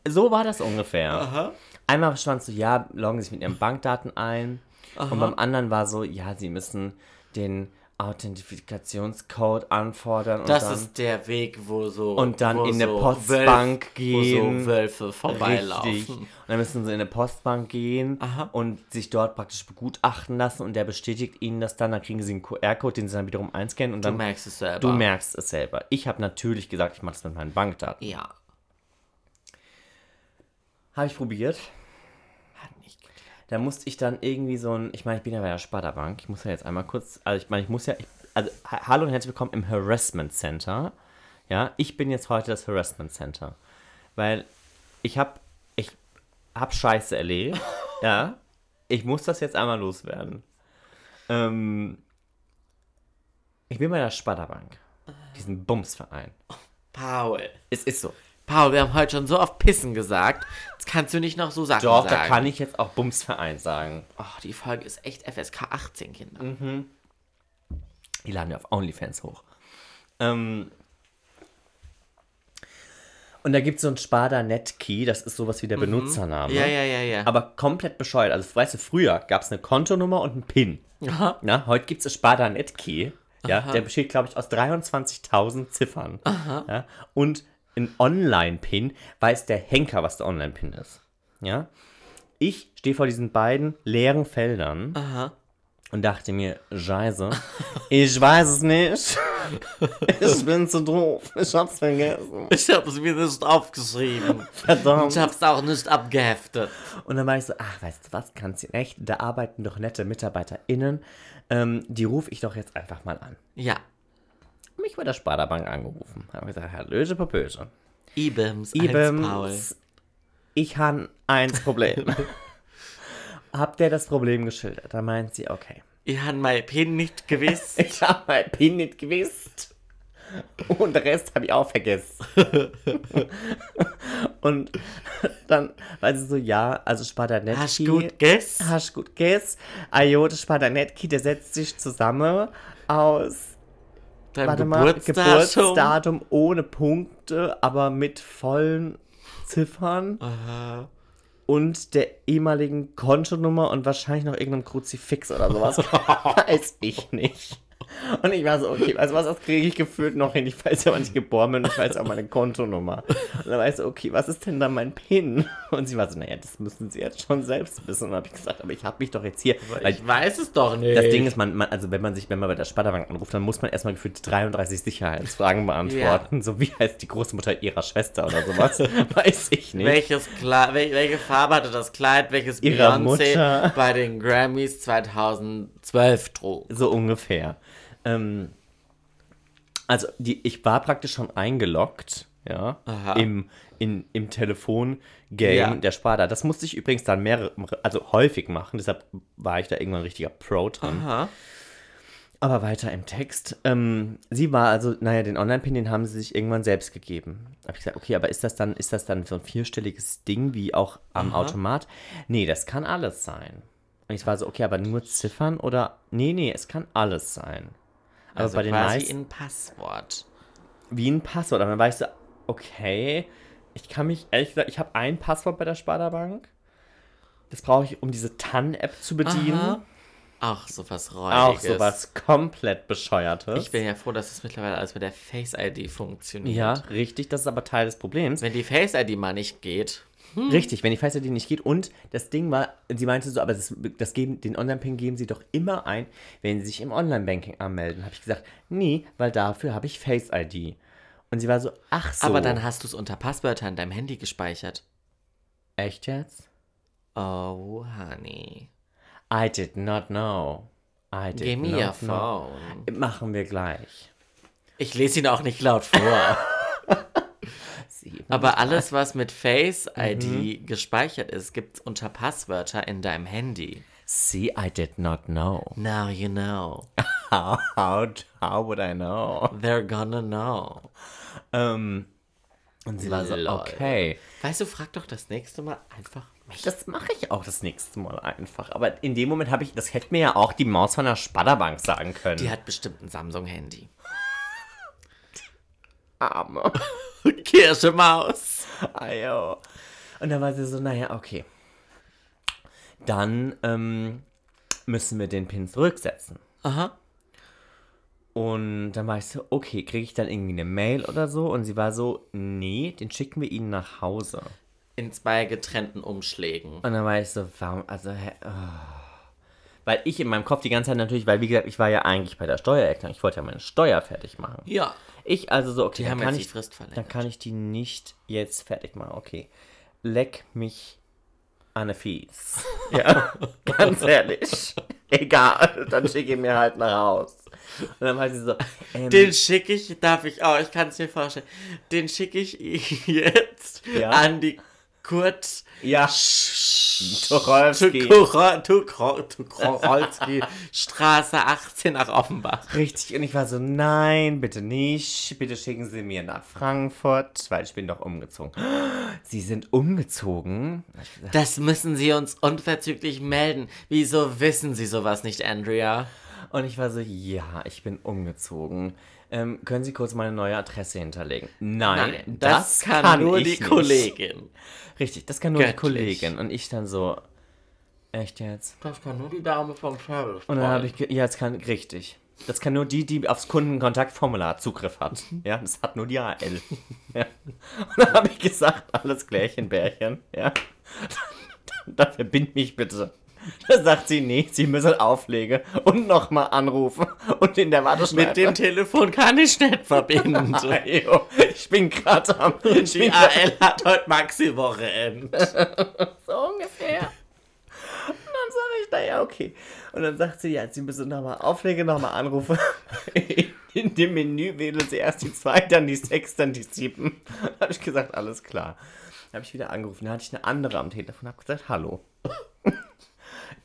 So war das ungefähr. Einmal stand so, ja, loggen Sie sich mit Ihren Bankdaten ein. Und beim anderen war so, ja, Sie müssen den Authentifikationscode anfordern. Und
Das
dann,
ist der Weg, wo so.
Und dann
wo
in eine
so
Postbank
Wölfe, Wo
gehen.
so Wölfe
Richtig. Und
vorbeilaufen.
dann müssen sie in eine Postbank gehen und sich dort praktisch begutachten lassen und der bestätigt ihnen das dann. Dann kriegen sie einen QR-Code, den sie dann wiederum einscannen und
Du
dann.
merkst es selber.
du merkst es selber. Ich habe natürlich gesagt, ich mache das mit meinen Bankdaten.
Ja.
Habe ich probiert.
Hat nicht
Da musste ich dann irgendwie so ein, ich meine, ich bin ja bei der Sparda-Bank, ich muss ja jetzt einmal kurz, also ich meine, ich muss ja, ich, also ha- hallo und herzlich willkommen im Harassment Center. Ja, ich bin jetzt heute das Harassment Center, weil ich habe, ich habe Scheiße erlebt, ja, ich muss das jetzt einmal loswerden. Ähm, ich bin bei der Sparda-Bank, diesem Bumsverein.
Paul.
Es ist so.
Paul, wir haben heute schon so oft Pissen gesagt. Jetzt kannst du nicht noch so Sachen
Doch,
sagen.
da kann ich jetzt auch Bumsverein sagen.
Oh, die Folge ist echt FSK 18, Kinder.
Mhm. Die laden wir auf OnlyFans hoch. Ähm, und da gibt es so einen Sparda Netkey, das ist sowas wie der Benutzername.
Mhm. Ja, ja, ja, ja.
Aber komplett bescheuert. Also, weißt du, früher gab es eine Kontonummer und einen PIN.
Aha.
Na, heute gibt es Sparda Netkey. Ja, der besteht, glaube ich, aus 23.000 Ziffern. Ja, und ein Online-PIN weiß der Henker, was der Online-PIN ist. Ja. Ich stehe vor diesen beiden leeren Feldern und dachte mir, scheiße, ich weiß es nicht. Ich bin zu doof. Ich hab's vergessen.
Ich hab's mir nicht aufgeschrieben. Ich
Verdammt.
hab's auch nicht abgeheftet.
Und dann war ich so, ach, weißt du was, kannst du echt, da arbeiten doch nette MitarbeiterInnen. Ähm, die rufe ich doch jetzt einfach mal an.
Ja.
Mich bei der Sparda-Bank angerufen. Habe gesagt, Hallöche, Papöche.
Ibims, Ibims. Paul.
Ibens, ich han eins Problem. Habt ihr das Problem geschildert? Da meint sie, okay.
Ich hab mein Pin nicht gewusst.
Ich hab mein PIN nicht gewusst. Und den Rest habe ich auch vergessen. Und dann war sie so, ja, also Spartanetki.
Hast gut guess?
Hast gut Ah, guess. Ajote Spartanetki, der setzt sich zusammen aus
Dein
Warte mal,
Geburtsdatum?
Geburtsdatum ohne Punkte, aber mit vollen Ziffern. Und der ehemaligen Kontonummer und wahrscheinlich noch irgendeinem Kruzifix oder sowas. weiß ich nicht. Und ich war so, okay, weißt du was, das kriege ich gefühlt noch hin. Ich weiß ja, wann ich geboren bin und ich weiß auch meine Kontonummer. Und dann war ich so, okay, was ist denn da mein PIN? Und sie war so, naja, das müssen sie jetzt schon selbst wissen. Und dann habe ich gesagt, aber ich habe mich doch jetzt hier, weil
Ich weiß es doch nicht.
das Ding ist, man, man, also wenn man sich, wenn man bei der Sparda-Bank anruft, dann muss man erstmal gefühlt 33 Sicherheitsfragen beantworten. So wie heißt die Großmutter ihrer Schwester oder sowas? Weiß ich nicht.
Welches Kle wel welche Farbe hatte das Kleid, welches
Ihrer
Beyoncé
Mutter.
bei den Grammys 2012 trug?
So ungefähr. Ähm, also die, ich war praktisch schon eingeloggt, ja,
Aha.
im, in, im Telefon-Game
Ja.
der Sparda. Das musste ich übrigens dann mehrere, also häufig machen, deshalb war ich da irgendwann ein richtiger Pro dran.
Aha.
Aber weiter im Text. Ähm, sie war also, naja, den Online-Pin, den haben sie sich irgendwann selbst gegeben. Hab ich gesagt, okay, aber ist das dann, ist das dann so ein vierstelliges Ding wie auch am Automat? Nee, das kann alles sein. Und ich war so, okay, aber nur Ziffern oder. Nee, nee, es kann alles sein. Aber
Also
bei den
quasi
meisten.
ein Passwort.
Wie ein Passwort. Und dann war ich so, okay, ich kann mich, ehrlich gesagt, ich habe ein Passwort bei der Sparda Bank. Das brauche ich, um diese TAN-App zu bedienen.
Aha. Auch sowas Räudiges.
Auch sowas komplett Bescheuertes.
Ich bin ja froh, dass es mittlerweile alles mit der Face-ID funktioniert.
Ja, richtig, das ist aber Teil des Problems.
Wenn die Face-ID mal nicht geht,
Richtig, wenn die Feister die nicht geht. Und das Ding war, sie meinte so, aber das, das geben, den Online-Pin geben sie doch immer ein, wenn sie sich im Online-Banking anmelden. Habe ich gesagt, nee, weil dafür habe ich Face-ID. Und sie war so, ach so.
aber dann hast du es unter Passwörtern in deinem Handy gespeichert.
Echt jetzt?
Oh, honey.
I did not know. I did
Give me
not
your
know.
phone.
Machen wir gleich.
Ich lese ihn auch nicht laut vor.
Sie-
Aber alles, was mit Face-ID gespeichert ist, gibt's unter Passwörter in deinem Handy.
See, I did not know.
Now you know.
How, how, how would I know?
They're gonna know.
Ähm, und sie war so,
Lol.
okay.
Weißt du, frag doch das nächste Mal einfach mich.
Das mache ich auch das nächste Mal einfach. Aber in dem Moment habe ich, das hätte mir ja auch die Maus von der Spadderbank sagen können.
Die hat bestimmt ein Samsung-Handy.
Arme.
Kirsche Maus.
Ajo. Und dann war sie so, naja, okay. Dann ähm, müssen wir den Pin zurücksetzen.
Aha.
Und dann war ich so, okay, kriege ich dann irgendwie eine Mail oder so? Und sie war so, nee, den schicken wir ihnen nach Hause.
In zwei getrennten Umschlägen.
Und dann war ich so, warum, also, hä, oh. Weil ich in meinem Kopf die ganze Zeit natürlich, weil wie gesagt, ich war ja eigentlich bei der Steuererklärung. Ich wollte ja meine Steuer fertig machen.
Ja.
Ich also so, okay, dann
haben
kann,
jetzt die
ich,
Frist
dann
verlängert.
kann ich die nicht jetzt fertig machen. Okay, leck mich Anne Fies. Ja, ganz ehrlich. Egal, dann schicke ich mir halt nach Haus. Und dann meinte sie so, ähm,
Den schicke ich, darf ich auch, ich kann es mir vorstellen. Den schicke ich jetzt
Ja.
an die Kurt
ja, Tucholsky.
Tukora- Tukro- Tukorolski Straße 18 nach Offenbach.
Richtig, und ich war so, nein, bitte nicht. Bitte schicken Sie mir nach Frankfurt, weil ich bin doch umgezogen. Sie sind umgezogen? Ich gesagt,
Das müssen Sie uns unverzüglich melden. Wieso wissen Sie sowas nicht, Andrea?
Und ich war so, ja, ich bin umgezogen. Ähm, können Sie kurz meine neue Adresse hinterlegen? Nein, das, kann,
nur
ich
die
nicht.
Kollegin.
Richtig, das kann nur
Göttlich.
die Kollegin. Und ich dann so, echt jetzt?
Das kann nur die Dame vom Service.
Und dann habe ich, ge- ja, das kann, richtig. Das kann nur die, die aufs Kundenkontaktformular Zugriff hat. Ja, das hat nur die AL. Ja. Und dann habe ich gesagt, alles Klärchen, Bärchen. Ja. Dann, dann verbind mich bitte. Da sagt sie, nee, sie müssen auflegen und nochmal anrufen und in der Warteschleife.
Mit dem Telefon kann ich nicht verbinden.
Ajo, ich bin gerade am. Ich
Die
bin grad
AL hat heute Maxi-Wochenende.
so ungefähr. Und dann sage ich, naja, okay. Und dann sagt sie, ja, sie müssen nochmal auflegen, nochmal anrufen. In dem Menü wählen sie erst die 2, dann die 6, dann die 7. Dann habe ich gesagt, alles klar. Dann habe ich wieder angerufen. Dann hatte ich eine andere am Telefon und habe gesagt, hallo.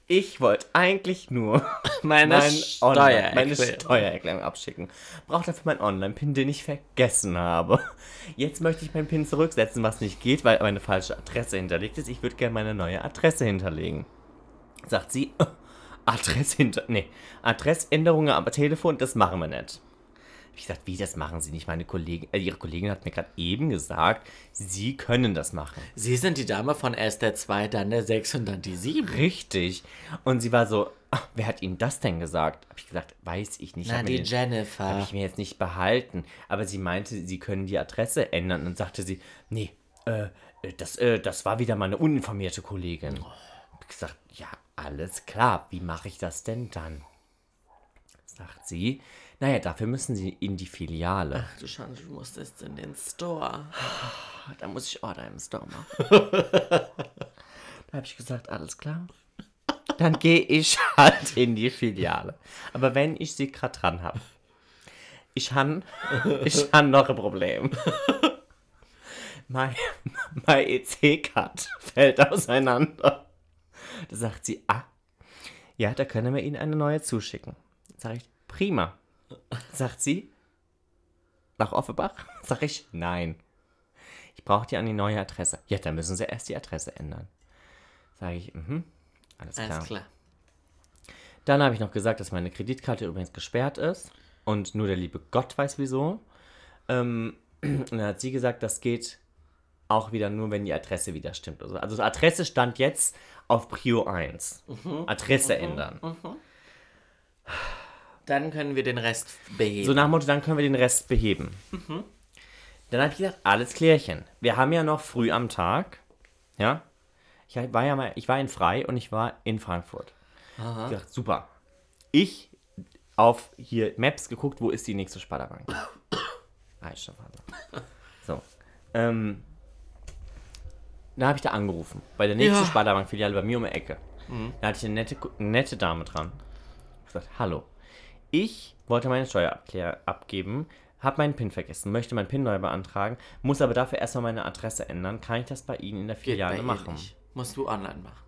Ich wollte eigentlich nur
Meine
mein Online,
Steuer.
meine Steuererklärung abschicken. Brauche dafür meinen Online-Pin, den ich vergessen habe. Jetzt möchte ich meinen Pin zurücksetzen, was nicht geht, weil meine falsche Adresse hinterlegt ist. Ich würde gerne meine neue Adresse hinterlegen. Sagt sie, "Äh, Adresse hinter... Nee, Adressänderungen am Telefon, das machen wir nicht. Hab Ich gesagt, wie, das machen Sie nicht? Meine Kollegin, äh, Ihre Kollegin hat mir gerade eben gesagt, Sie können das machen.
Sie sind die Dame von erst der 2, dann der 6 und dann die 7.
Richtig. Und sie war so, "Ach, wer hat Ihnen das denn gesagt? Habe ich gesagt, weiß ich nicht.
Na,
Hab mir
die
den- Habe
Jennifer.
ich mir jetzt nicht behalten. Aber sie meinte, sie können die Adresse ändern und sagte sie, nee, äh, das, äh, das war wieder meine uninformierte Kollegin. Hab gesagt, ja, alles klar, wie mache ich das denn dann? Sagt sie, naja, dafür müssen sie in die Filiale.
Ach, du Schande, du musstest in den Store.
da muss ich Order im Store machen. da habe ich gesagt, alles klar. Dann gehe ich halt in die Filiale. Aber wenn ich sie gerade dran habe, ich han, ich han noch ein Problem. Mein, mein EC-Card fällt auseinander. Da sagt sie, ah, ja, da können wir Ihnen eine neue zuschicken. Sag ich, prima. Sagt sie, nach Offenbach? Sag ich, nein. Ich brauche die an die neue Adresse. Ja, dann müssen sie erst die Adresse ändern. Sage ich, mhm, alles klar.
Alles klar.
Dann habe ich noch gesagt, dass meine Kreditkarte übrigens gesperrt ist und nur der liebe Gott weiß wieso. Ähm, und dann hat sie gesagt, das geht auch wieder nur, wenn die Adresse wieder stimmt. Also, also die Adresse stand jetzt auf Prio 1. Adresse ändern.
Dann können wir den Rest beheben. Mhm.
So nach dem Motto, dann können wir den Rest beheben. Dann habe ich gesagt, alles klärchen. Wir haben ja noch früh am Tag, ja. Ich war ja mal, ich war in Frei und ich war in Frankfurt. Ich gesagt, super. Ich auf hier Maps geguckt, wo ist die nächste Sparda-Bank? Ah, ist schon Sparda. So. Ähm, dann habe ich da angerufen. Bei der nächsten
Ja. Mhm.
Sparda-Bank-Filiale bei mir um die Ecke. Da hatte ich eine nette, nette Dame dran. Ich gesagt, hallo. Ich wollte meine Steuer abklär- abgeben, habe meinen PIN vergessen, möchte meinen PIN neu beantragen, muss aber dafür erstmal meine Adresse ändern. Kann ich das bei Ihnen in der
Geht bei
Filiale
ihr
machen?
nicht. Musst du online machen.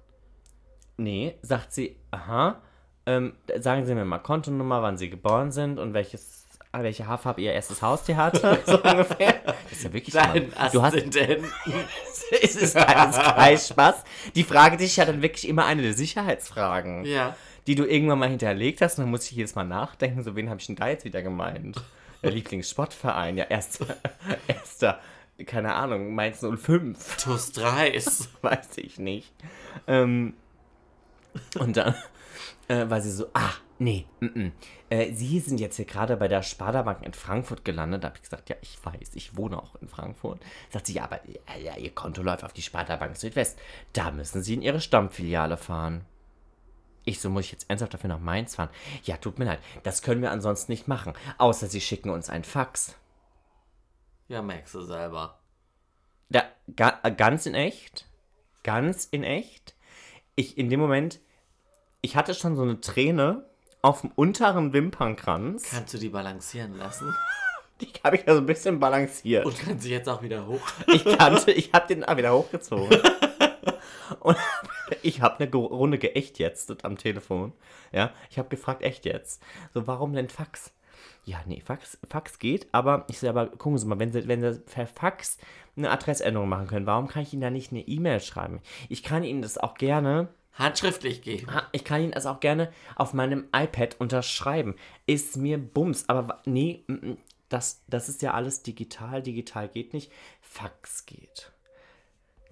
Nee, sagt sie, aha, ähm, sagen Sie mir mal Kontonummer, wann Sie geboren sind und welches, ah, welche Haarfarbe Ihr erstes Haustier hatte, so ungefähr. Das ist ja wirklich
Dein
Mann. Du hast,
Aszendenten.
es ist alles gleich Spaß. Die Frage, die ist ja dann wirklich immer eine der Sicherheitsfragen,
ja.
die du irgendwann mal hinterlegt hast und dann muss ich jedes Mal nachdenken, so wen habe ich denn da jetzt wieder gemeint? Der Lieblingssportverein, ja, erster, erster, keine Ahnung, Mainz 05
TUS 3 ist.
weiß ich nicht. Ähm, und dann äh, war sie so, ah, nee, mm, mm. Äh, Sie sind jetzt hier gerade bei der Sparda-Bank in Frankfurt gelandet. Da habe ich gesagt, ja, ich weiß, ich wohne auch in Frankfurt. Sagt sie, ja, aber äh, ja, Ihr Konto läuft auf die Sparda-Bank Südwest. Da müssen Sie in Ihre Stammfiliale fahren. Ich so, muss ich jetzt ernsthaft dafür nach Mainz fahren? Ja, tut mir leid, das können wir ansonsten nicht machen. Außer Sie schicken uns ein Fax.
Ja, merkst du selber.
Da, ga, ganz in äh, echt? ganz in echt. Ich in dem Moment, ich hatte schon so eine Träne auf dem unteren Wimpernkranz.
Kannst du die balancieren lassen?
Die habe ich da so ein bisschen balanciert.
Und kannst sie jetzt auch wieder hoch.
Ich kannte, ich habe den ah, wieder hochgezogen. Und ich habe eine Ge- Runde geächt jetzt am Telefon. Ja, ich habe gefragt, echt jetzt. So, warum denn Fax? Ja, nee, Fax, Fax geht, aber ich sage, aber gucken Sie mal, wenn Sie, wenn Sie per Fax eine Adressänderung machen können, warum kann ich Ihnen da nicht eine E-Mail schreiben? Ich kann Ihnen das auch gerne
Handschriftlich geben.
Ah, Ich kann ihn also auch gerne auf meinem iPad unterschreiben. Ist mir Bums. Aber wa- nee, mm, mm, das, das ist ja alles digital. Digital geht nicht. Fax geht.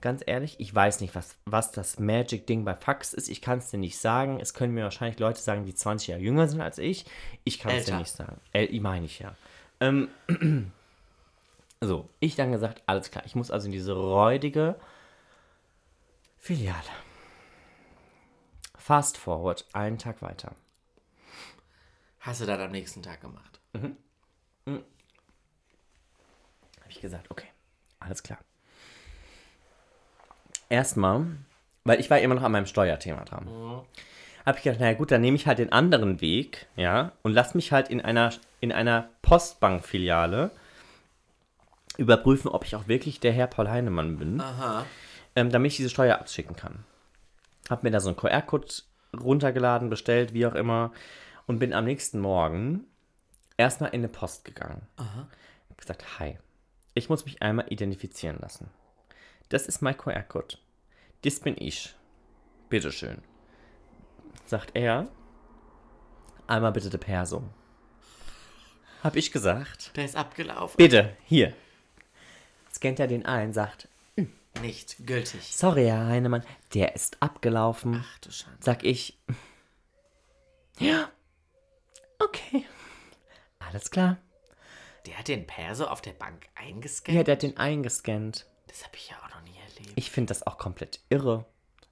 Ganz ehrlich, ich weiß nicht, was, was das Magic-Ding bei Fax ist. Ich kann es dir nicht sagen. Es können mir wahrscheinlich Leute sagen, die 20 Jahre jünger sind als ich. Ich kann es dir
Älter.
nicht sagen. Äh, ich meine ich ja. Ähm, so, ich dann gesagt, alles klar. Ich muss also in diese räudige Filiale. Fast forward, einen Tag weiter.
Hast du das am nächsten Tag gemacht?
Habe ich gesagt, okay, alles klar. Erstmal, weil ich war immer noch an meinem Steuerthema dran. Habe ich gedacht, naja gut, dann nehme ich halt den anderen Weg, ja, und lass mich halt in einer, in einer Postbankfiliale überprüfen, ob ich auch wirklich der Herr Paul Heinemann bin.
Aha.
ähm, damit ich diese Steuer abschicken kann. Hab mir da so einen QR-Code runtergeladen, bestellt, wie auch immer, und bin am nächsten Morgen erstmal in eine Post gegangen. Hab gesagt, hi, ich muss mich einmal identifizieren lassen. Das ist mein QR-Code. Das bin ich. Bitteschön. Sagt er, einmal bitte de Perso. Hab ich gesagt,
Der ist abgelaufen.
bitte, hier. Scannt er den ein, sagt,
Nicht gültig.
Sorry, Herr Heinemann, der ist abgelaufen,
Ach du Schande.
sag ich. Ja. Okay. Alles klar.
Der hat den Perso auf der Bank eingescannt?
Ja, der hat den eingescannt.
Das habe ich ja auch noch nie erlebt.
Ich finde das auch komplett irre.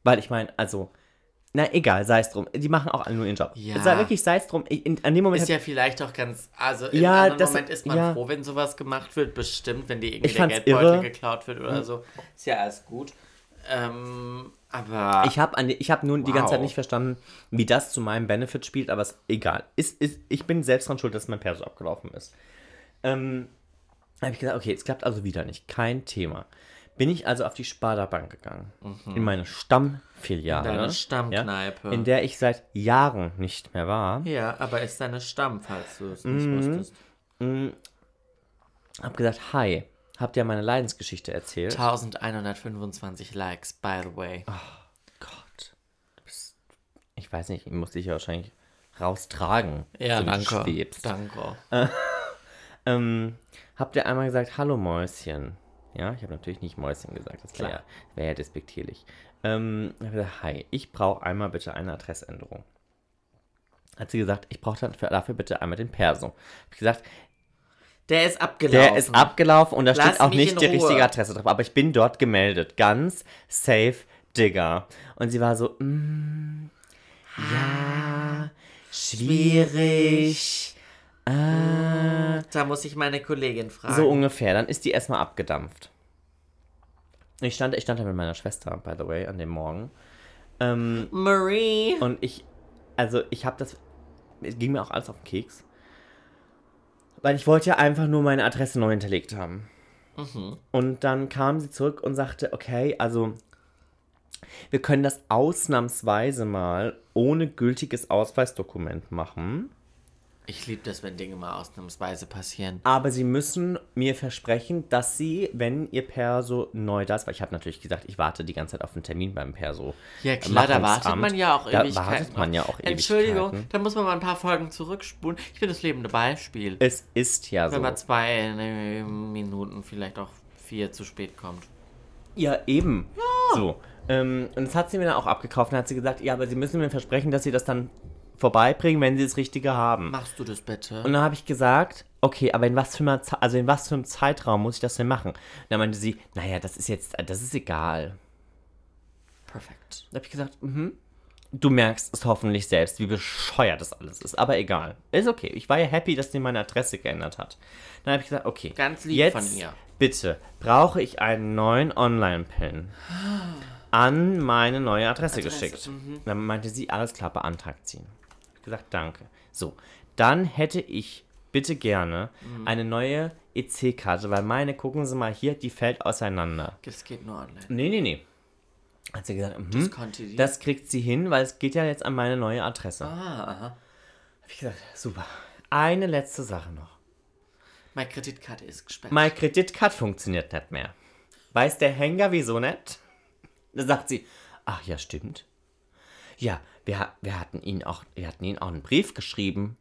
Weil ich meine, also, na egal, sei es drum. Die machen auch alle nur ihren Job.
Ja.
Sei wirklich, sei es drum. Ich, in, an dem Moment.
Ist
hab-
ja vielleicht auch ganz, also im
Äh, Ja,
anderen
das-
Moment ist man
ja.
froh, wenn sowas gemacht wird, bestimmt, wenn dir irgendwie
Ich
der
fand's
Geldbeutel
irre. Mhm.
geklaut wird oder so. Ist ja alles gut. Ähm, aber
ich habe hab nun die
Wow.
ganze Zeit nicht verstanden, wie das zu meinem Benefit spielt, aber ist egal. Ist, ist, ich bin selbst dran schuld, dass mein Perso abgelaufen ist. Ähm, habe ich gesagt, okay, es klappt also wieder nicht. Kein Thema. Bin ich also auf die Sparda Bank gegangen. In meine Stammfiliale.
Mhm. In deine Stammkneipe.
Ja, in der ich seit Jahren nicht mehr war.
ja, aber ist deine Stamm, falls du es
Mhm.
nicht wusstest.
Hab gesagt, hi, habt ihr meine Leidensgeschichte erzählt?
1125 Likes, by the way.
Gott. Ich weiß nicht, ich muss dich ja wahrscheinlich raustragen. so wie du schwebst.
Danke.
Ähm, habt ihr einmal gesagt, hallo Mäuschen? Ja, ich habe natürlich nicht Mäuschen gesagt, das wäre ja, wär ja despektierlich. Ähm, ich hab gesagt, hi, ich brauche einmal bitte eine Adressänderung. Hat sie gesagt, ich brauche dafür bitte einmal den Perso. Hab ich gesagt,
Der ist abgelaufen.
der ist abgelaufen und da
Lass
steht auch
mich in
nicht die
Ruhe.
richtige Adresse drauf, aber ich bin dort gemeldet. Ganz safe, Digga. Und sie war so, mm, ja, schwierig.
Da muss ich meine Kollegin fragen.
So ungefähr. Dann ist die erstmal abgedampft. Ich stand, ich stand da mit meiner Schwester, by the way, an dem Morgen. Ähm,
Marie.
und ich, also ich habe das, es ging mir auch alles auf den Keks. Weil ich wollte ja einfach nur meine Adresse neu hinterlegt haben. Und dann kam sie zurück und sagte, okay, also wir können das ausnahmsweise mal ohne gültiges Ausweisdokument machen.
Ich liebe das, wenn Dinge mal ausnahmsweise passieren.
Aber sie müssen mir versprechen, dass sie, wenn ihr Perso neu da ist, weil ich habe natürlich gesagt, ich warte die ganze Zeit auf einen Termin beim Perso.
Ja klar, da
Äh, Machungsamt.
wartet man ja auch Ewigkeiten.
Da wartet man ja auch
Entschuldigung,
Ewigkeiten.
da muss man mal ein paar Folgen zurückspulen. Ich bin das lebende Beispiel.
Es ist ja
Wenn
Äh, so.
man zwei äh, Minuten, vielleicht auch vier zu spät kommt.
Ja, eben. So. Ähm, und das hat sie mir dann auch abgekauft und hat sie gesagt, ja, aber sie müssen mir versprechen, dass sie das dann vorbeibringen, wenn sie das Richtige haben.
Machst du das bitte?
Und dann habe ich gesagt, okay, aber in was für einer, Ze- also in was für einem Zeitraum muss ich das denn machen? Und dann meinte sie, naja, das ist jetzt, das ist egal.
Perfekt.
Da habe ich gesagt, mhm. Du merkst es hoffentlich selbst, wie bescheuert das alles ist. Aber egal. Ist okay. Ich war ja happy, dass sie meine Adresse geändert hat. Dann habe ich gesagt, okay.
Ganz lieb
jetzt
von ihr.
Bitte, brauche ich einen neuen Online-Pin? an meine neue Adresse,
Adresse, mhm.
geschickt. Dann meinte sie, alles klar, beantragt sie. Ich hab gesagt, danke. So, dann hätte ich bitte gerne
Mhm.
eine neue EC-Karte, weil meine, gucken Sie mal hier, die fällt auseinander.
Das geht nur online.
Nee, nee, nee. Hat sie gesagt, mhm, das,
konnte die?
kriegt sie hin, weil es geht ja jetzt an meine neue Adresse.
Ah, aha.
Hab ich gesagt, super. Eine letzte Sache noch.
Meine Kreditkarte ist gesperrt.
Meine Kreditkarte funktioniert nicht mehr. Weiß der Hänger wieso nicht? Da sagt sie, ach ja, stimmt. Ja, wir, ha- wir, hatten, ihnen auch, wir hatten ihnen auch einen Brief geschrieben.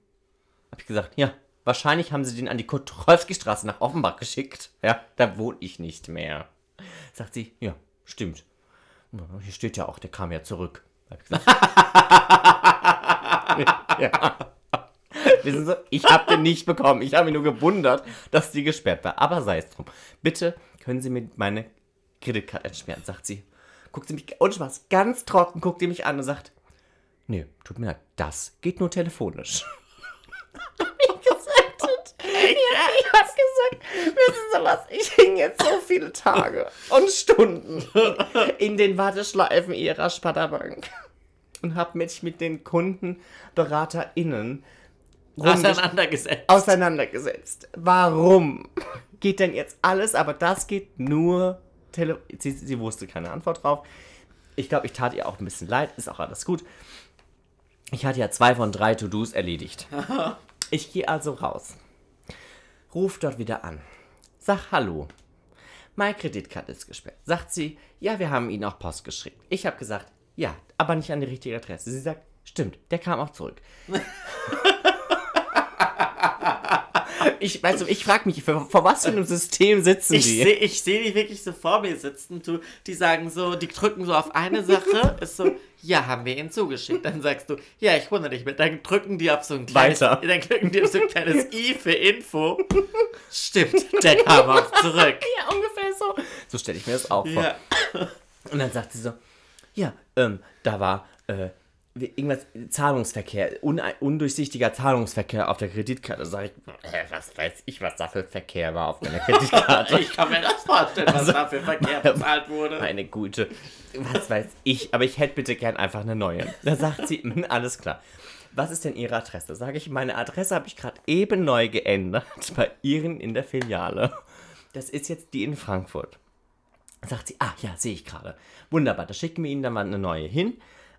Hab ich gesagt, ja, wahrscheinlich haben sie den an die Kotrowski-Straße nach Offenbach geschickt. Ja, da wohne ich nicht mehr. Sagt sie, ja, stimmt. Na, Hier steht ja auch, der kam ja zurück. Hab ich gesagt, Wissen Sie, ich habe den nicht bekommen. Ich habe mich nur gewundert, dass die gesperrt war. Aber sei es drum. Bitte können Sie mir meine Kreditkarte entsperren, sagt sie. Guckt sie mich, ohne Spaß, ganz trocken, guckt sie mich an und sagt, nee, tut mir leid, das geht nur telefonisch.
Ich hab gesagt, wissen Sie was? Ich hing jetzt so viele Tage.
Und Stunden in den Warteschleifen ihrer Sparda-Bank Und habe mich mit den KundenberaterInnen rumgesch-
auseinandergesetzt.
auseinandergesetzt. Warum geht denn jetzt alles? Aber das geht nur. Tele sie, sie wusste keine Antwort drauf. Ich glaube, ich tat ihr auch ein bisschen leid. Ist auch alles gut. Ich hatte ja zwei von drei To-Dos erledigt. Ich gehe also raus. Ruf dort wieder an. Sag Hallo. Meine Kreditkarte ist gesperrt. Sagt sie, ja, wir haben Ihnen auch Post geschickt. Ich habe gesagt, ja, aber nicht an die richtige Adresse. Sie sagt, stimmt, der kam auch zurück. ich weißt du, ich frage mich, vor, vor was für einem System sitzen
Ich
die?
sehe ich seh die wirklich so vor mir sitzen. Du, die sagen so, die drücken so auf eine Sache, ist so, ja, haben wir ihnen zugeschickt. Dann sagst du, ja, ich wundere dich mit. Dann drücken die auf so ein kleines,
Weiter.
dann drücken die auf so ein kleines I für Info. Stimmt, der kam auch zurück.
ja, ungefähr so. So stelle ich mir das auch vor.
Ja.
Und dann sagt sie so, ja, ähm, da war äh, wie- irgendwas, Zahlungsverkehr, une- undurchsichtiger Zahlungsverkehr auf der Kreditkarte. Da sage ich, äh, was weiß ich, was da für Verkehr war auf meiner Kreditkarte.
Ich kann mir das vorstellen, was
also,
da für Verkehr bezahlt wurde.
Eine gute, was weiß ich, aber ich hätte bitte gern einfach eine neue. Da sagt sie, "Mhm, alles klar. Was ist denn Ihre Adresse? Sage ich, meine Adresse habe ich gerade eben neu geändert bei Ihren in der Filiale. Das ist jetzt die in Frankfurt. Sagt sie, ah ja, sehe ich gerade. Wunderbar, da schicken wir Ihnen dann mal eine neue hin.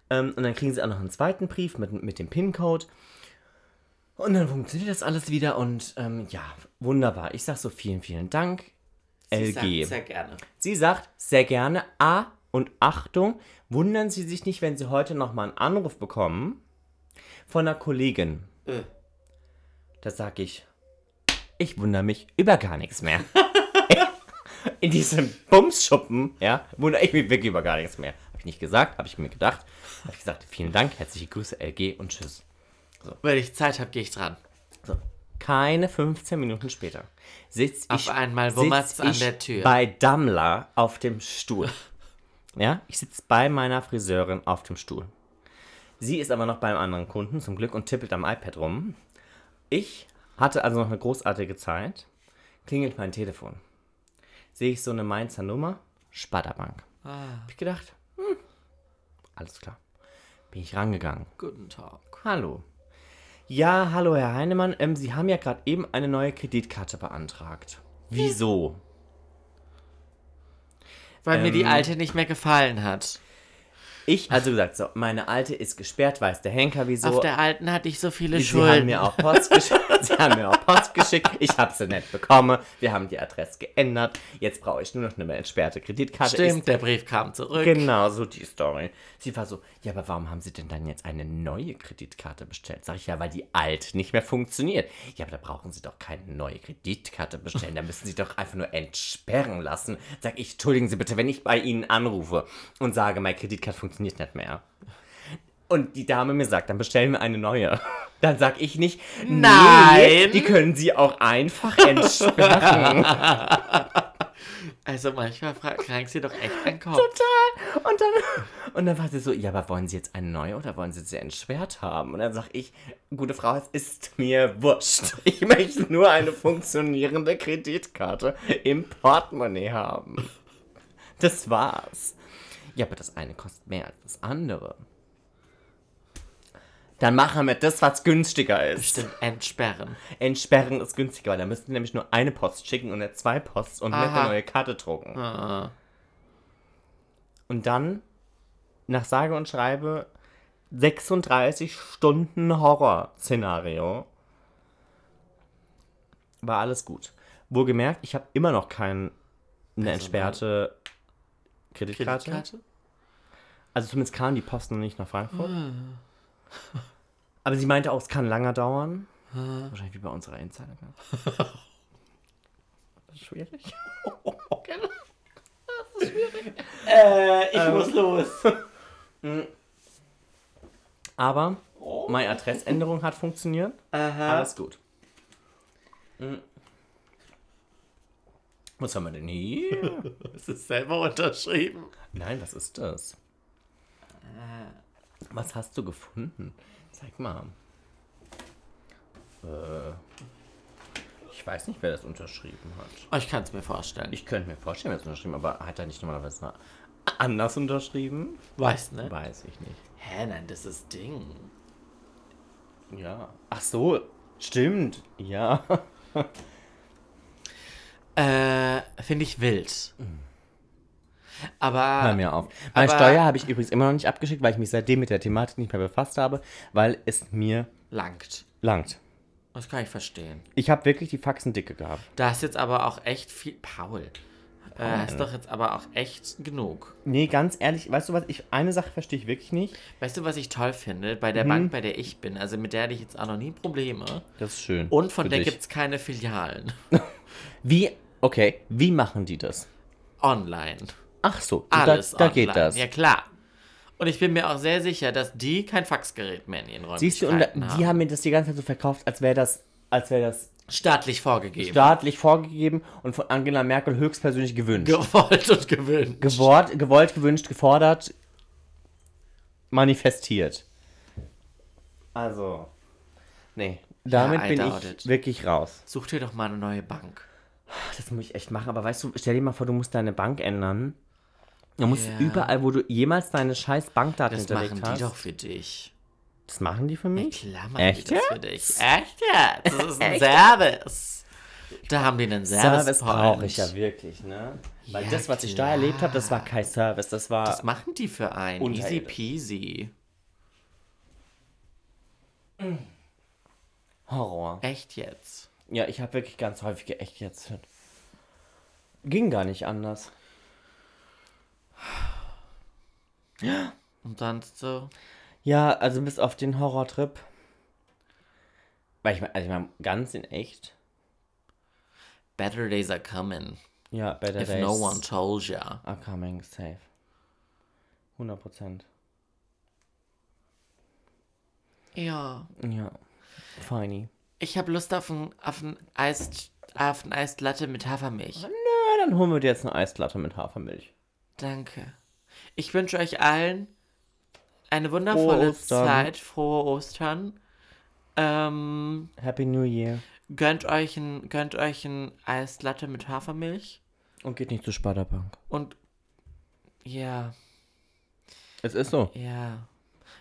Ähm, und dann kriegen Sie auch noch einen zweiten Brief mit, mit dem PIN-Code. Und dann funktioniert das alles wieder und ähm, ja, wunderbar. Ich sage so vielen, vielen Dank.
Ich
LG.
sag sehr gerne.
Sie sagt sehr gerne A und Achtung, wundern Sie sich nicht, wenn Sie heute nochmal einen Anruf bekommen von einer Kollegin.
Äh.
Da sag ich, ich wundere mich über gar nichts mehr. In diesem Bumsschuppen, ja, wundere ich mich wirklich über gar nichts mehr. Habe ich nicht gesagt, habe ich mir gedacht. Habe ich gesagt, vielen Dank, herzliche Grüße, LG und tschüss.
Wenn ich Zeit habe, gehe ich dran.
So. Keine 15 Minuten später sitz
Auf
ich,
einmal wummert's
sitz
an
ich
der Tür.
bei Dammler auf dem Stuhl. Ja, ich sitze bei meiner Friseurin auf dem Stuhl. Sie ist aber noch beim anderen Kunden zum Glück und tippelt am iPad rum. Ich hatte also noch eine großartige Zeit. Klingelt mein Telefon. Sehe ich so eine Mainzer Nummer? Sparda-Bank.
Ah.
Hab ich gedacht, hm, alles klar. Bin ich rangegangen.
Guten Tag.
Hallo. Ja, hallo, Herr Heinemann. Ähm, Sie haben ja gerade eben eine neue Kreditkarte beantragt. Wieso?
Weil mir die
Ähm.
alte nicht mehr gefallen hat.
Ich, also gesagt, so, meine alte ist gesperrt, weiß der Henker wieso.
Auf der alten hatte ich so viele
Sie haben
Schulden.
mir auch Post geschickt. Sie haben mir auch Post geschickt. Ich habe sie nicht bekommen. Wir haben die Adresse geändert. Jetzt brauche ich nur noch eine entsperrte Kreditkarte.
Stimmt, der Brief kam zurück.
Ist genau so die Story. Sie war so, ja, aber warum haben Sie denn dann jetzt eine neue Kreditkarte bestellt? Sag ich ja, weil die alt nicht mehr funktioniert. Ja, aber da brauchen Sie doch keine neue Kreditkarte bestellen. Da müssen Sie doch einfach nur entsperren lassen. Sag ich, entschuldigen Sie bitte, wenn ich bei Ihnen anrufe und sage, meine Kreditkarte funktioniert nicht mehr. Und die Dame mir sagt, dann bestellen wir eine neue. Dann sag ich nicht,
Nein.
die können Sie auch einfach entsperren.
Also manchmal fra- krankt sie doch echt an den Kopf.
Und dann, und dann war sie so, ja, aber wollen Sie jetzt eine neue oder wollen Sie sie entschwert haben? Und dann sag ich, gute Frau, es ist mir wurscht. Ich möchte nur eine funktionierende Kreditkarte im Portemonnaie haben. Das war's. Ja, aber das eine kostet mehr als das andere. Dann machen wir das, was günstiger ist.
Stimmt, entsperren.
Entsperren ist günstiger, weil da müsst ihr nämlich nur eine Post schicken und nicht zwei Post und nicht
Aha.
eine neue Karte drucken. Und dann, nach sage und schreibe, 36 Stunden Horror-Szenario. War alles gut. Wohlgemerkt, ich habe immer noch keine entsperrte Kreditkarte.
Kreditkarte?
Also zumindest kam die Post noch nicht nach Frankfurt. Aber sie meinte auch, es kann länger dauern. Wahrscheinlich wie bei unserer Insiderkarte. Schwierig.
Ich muss los.
Aber meine Adressänderung hat funktioniert. Alles gut. Mhm. Was haben wir denn hier?
Es ist selber unterschrieben.
Nein, was ist das? Äh. Was hast du gefunden? Zeig mal. Äh, ich weiß nicht, wer das unterschrieben hat.
Oh, ich kann es mir vorstellen. Ich
Ich könnte mir vorstellen, wer das unterschrieben hat, aber hat er nicht normalerweise mal anders unterschrieben?
weiß, ne?
Weiß ich nicht.
Hä, nein, das ist Ding.
Ja. Ach so, stimmt. Ja.
Äh, finde ich wild.
Hör
Aber
mir auf. Meine
aber-
Steuer habe ich übrigens immer noch nicht abgeschickt, weil ich mich seitdem mit der Thematik nicht mehr befasst habe, weil es mir
langt.
langt.
Das kann ich verstehen.
Ich habe wirklich die Faxen dicke gehabt.
Da ist jetzt aber auch echt viel. Paul. Äh, ist doch jetzt aber auch echt genug.
Nee, ganz ehrlich, weißt du was? Ich, eine Sache verstehe ich wirklich nicht.
Weißt du, was ich toll finde? Bei der Bank, bei der ich bin, also mit der hatte ich jetzt auch noch nie Probleme.
Das ist schön.
Und von
Für
der
dich.
gibt es keine Filialen.
Wie, okay, wie machen die das?
Online.
Ach so,
Alles
da, da
online.
geht das.
Ja, klar. Und ich bin mir auch sehr sicher, dass die kein Faxgerät mehr in ihren Räumlichkeiten
Siehst du, und da,
ne?
die haben mir das die ganze Zeit so verkauft, als wäre das, als wäre das
Staatlich vorgegeben.
staatlich vorgegeben und von Angela Merkel höchstpersönlich gewünscht.
gewollt und gewöhnt.
gewollt, gewollt, gewünscht, gefordert, manifestiert. Also, nee, damit
I
bin
doubt
ich
it.
wirklich raus.
Such dir doch mal eine neue Bank.
Ach, das muss ich echt machen, aber weißt du, stell dir mal vor, du musst deine Bank ändern. Du musst
Ja.
überall, wo du jemals deine scheiß Bankdaten
Das
hinterlegt
machen die
hast.
doch für dich.
Das machen die für mich?
Klar machen
Echt
die das
jetzt?
für dich. Echt jetzt? Das ist ein Service. Da haben die einen Service.
Service
Point.
brauche ich ja wirklich, ne? Weil
Ja,
das, was ich da
klar.
erlebt habe, das war kein Service, das war...
Was machen die für einen? Easy
Unterirdisch.
peasy.
Horror.
Echt jetzt?
Ja, ich habe wirklich ganz häufige echt jetzt. Ging gar nicht anders.
Und sonst so?
Ja, also bis auf den Horrortrip. Weil ich meine, also ich mein, ganz in echt.
Better days are coming.
Ja, Better
If
Days
no one told ya.
are coming safe. 100 Prozent.
Ja.
Ja. Feini.
Ich habe Lust auf ein, auf ein Eis... Auf ein Eis Latte mit Hafermilch.
Na, dann holen wir dir jetzt eine Eisplatte mit Hafermilch.
Danke. Ich wünsche euch allen eine wundervolle
Ostern.
Zeit, frohe Ostern. Ähm,
Happy New Year.
gönnt euch ein, gönnt euch ein Eislatte mit Hafermilch
Und geht nicht zur Sparda-Bank.
und ja,
Es ist so.
ja.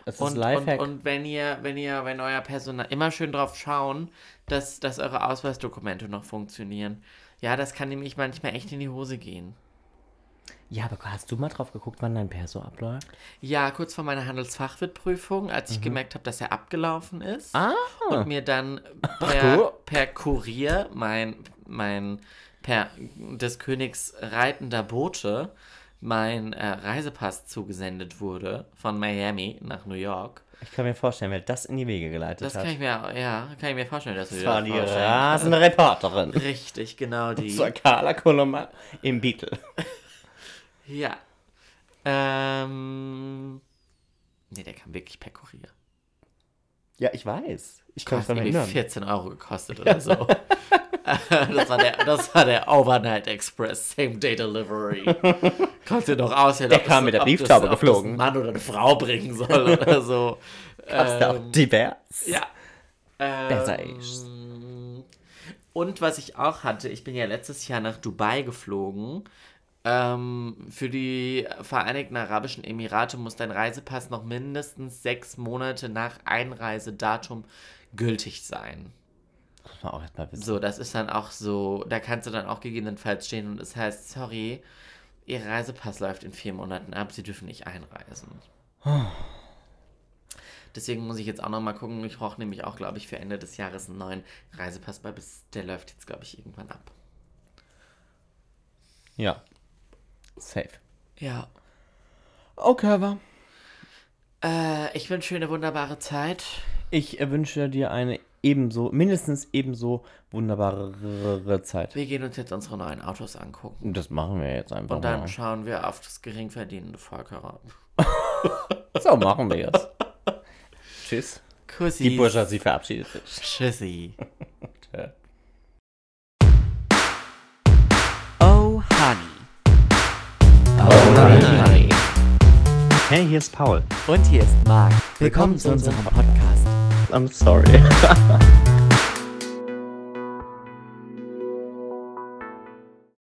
Es
Und,
ist
und,
Lifehack.
und wenn ihr, wenn ihr, wenn euer Personal immer schön drauf schauen, dass, dass eure Ausweisdokumente noch funktionieren. Ja, das kann nämlich manchmal echt in die Hose gehen.
ja, aber hast du mal drauf geguckt, wann dein Perso abläuft?
Ja, kurz vor meiner Handelsfachwirtprüfung, als ich gemerkt habe, dass er abgelaufen ist.
Mhm. Ah.
und mir dann
du.
per, per Kurier mein, mein per des Königs reitender Bote mein äh, Reisepass zugesendet wurde von Miami nach New York.
Ich kann mir vorstellen, wer das in die Wege geleitet
Das
hat.
kann ich mir ja, kann ich mir vorstellen, dass wir
Das war die
vorstellen.
rasende Reporterin.
Richtig, genau die.
Zur Carla Kolumna im Beatle.
Ja. Ähm Nee, der kam wirklich per Kurier.
Ja, ich weiß. Ich kann mich
Hat
daran
irgendwie
erinnern.
14 Euro gekostet oder so. das, war der, das war der Overnight Express, Same Day Delivery. Konntest du doch aussehen,
Der
ob das-
kam mit der
ob das-
Brieftaube
ob das
geflogen.
ein Mann oder eine Frau bringen soll oder so.
Hast du auch divers?
Ja. Ähm,
Besser ist.
Und was ich auch hatte, ich bin ja letztes Jahr nach Dubai geflogen Ähm, für die Vereinigten Arabischen Emirate muss dein Reisepass noch mindestens sechs Monate nach Einreisedatum gültig sein.
Muss man auch erstmal Oh, wissen.
So, das ist dann auch so, da kannst du dann auch gegebenenfalls stehen und es heißt, sorry, Ihr Reisepass läuft in vier Monaten ab, Sie dürfen nicht einreisen. Deswegen muss ich jetzt auch nochmal gucken. Ich brauche nämlich auch, glaube ich, für Ende des Jahres einen neuen Reisepass, weil bis, der läuft jetzt, glaube ich, irgendwann ab.
Ja. Safe.
Ja.
Okay, war.
Äh, ich wünsche eine wunderbare Zeit.
Ich äh, wünsche dir eine ebenso, mindestens ebenso wunderbare Zeit.
Wir gehen uns jetzt unsere neuen Autos angucken.
Und Das machen wir jetzt einfach
Und dann
mal.
schauen wir auf das geringverdienende Volk herab.
So, machen wir jetzt. Tschüss.
Kussi.
Die Bourgeoisie verabschiedet sich.
Tschüssi.
Tschö.
Oh, honey. Oh, honey.
Hey, hier ist Paul.
Und hier ist Marc. Willkommen zu unserem Podcast.
I'm sorry.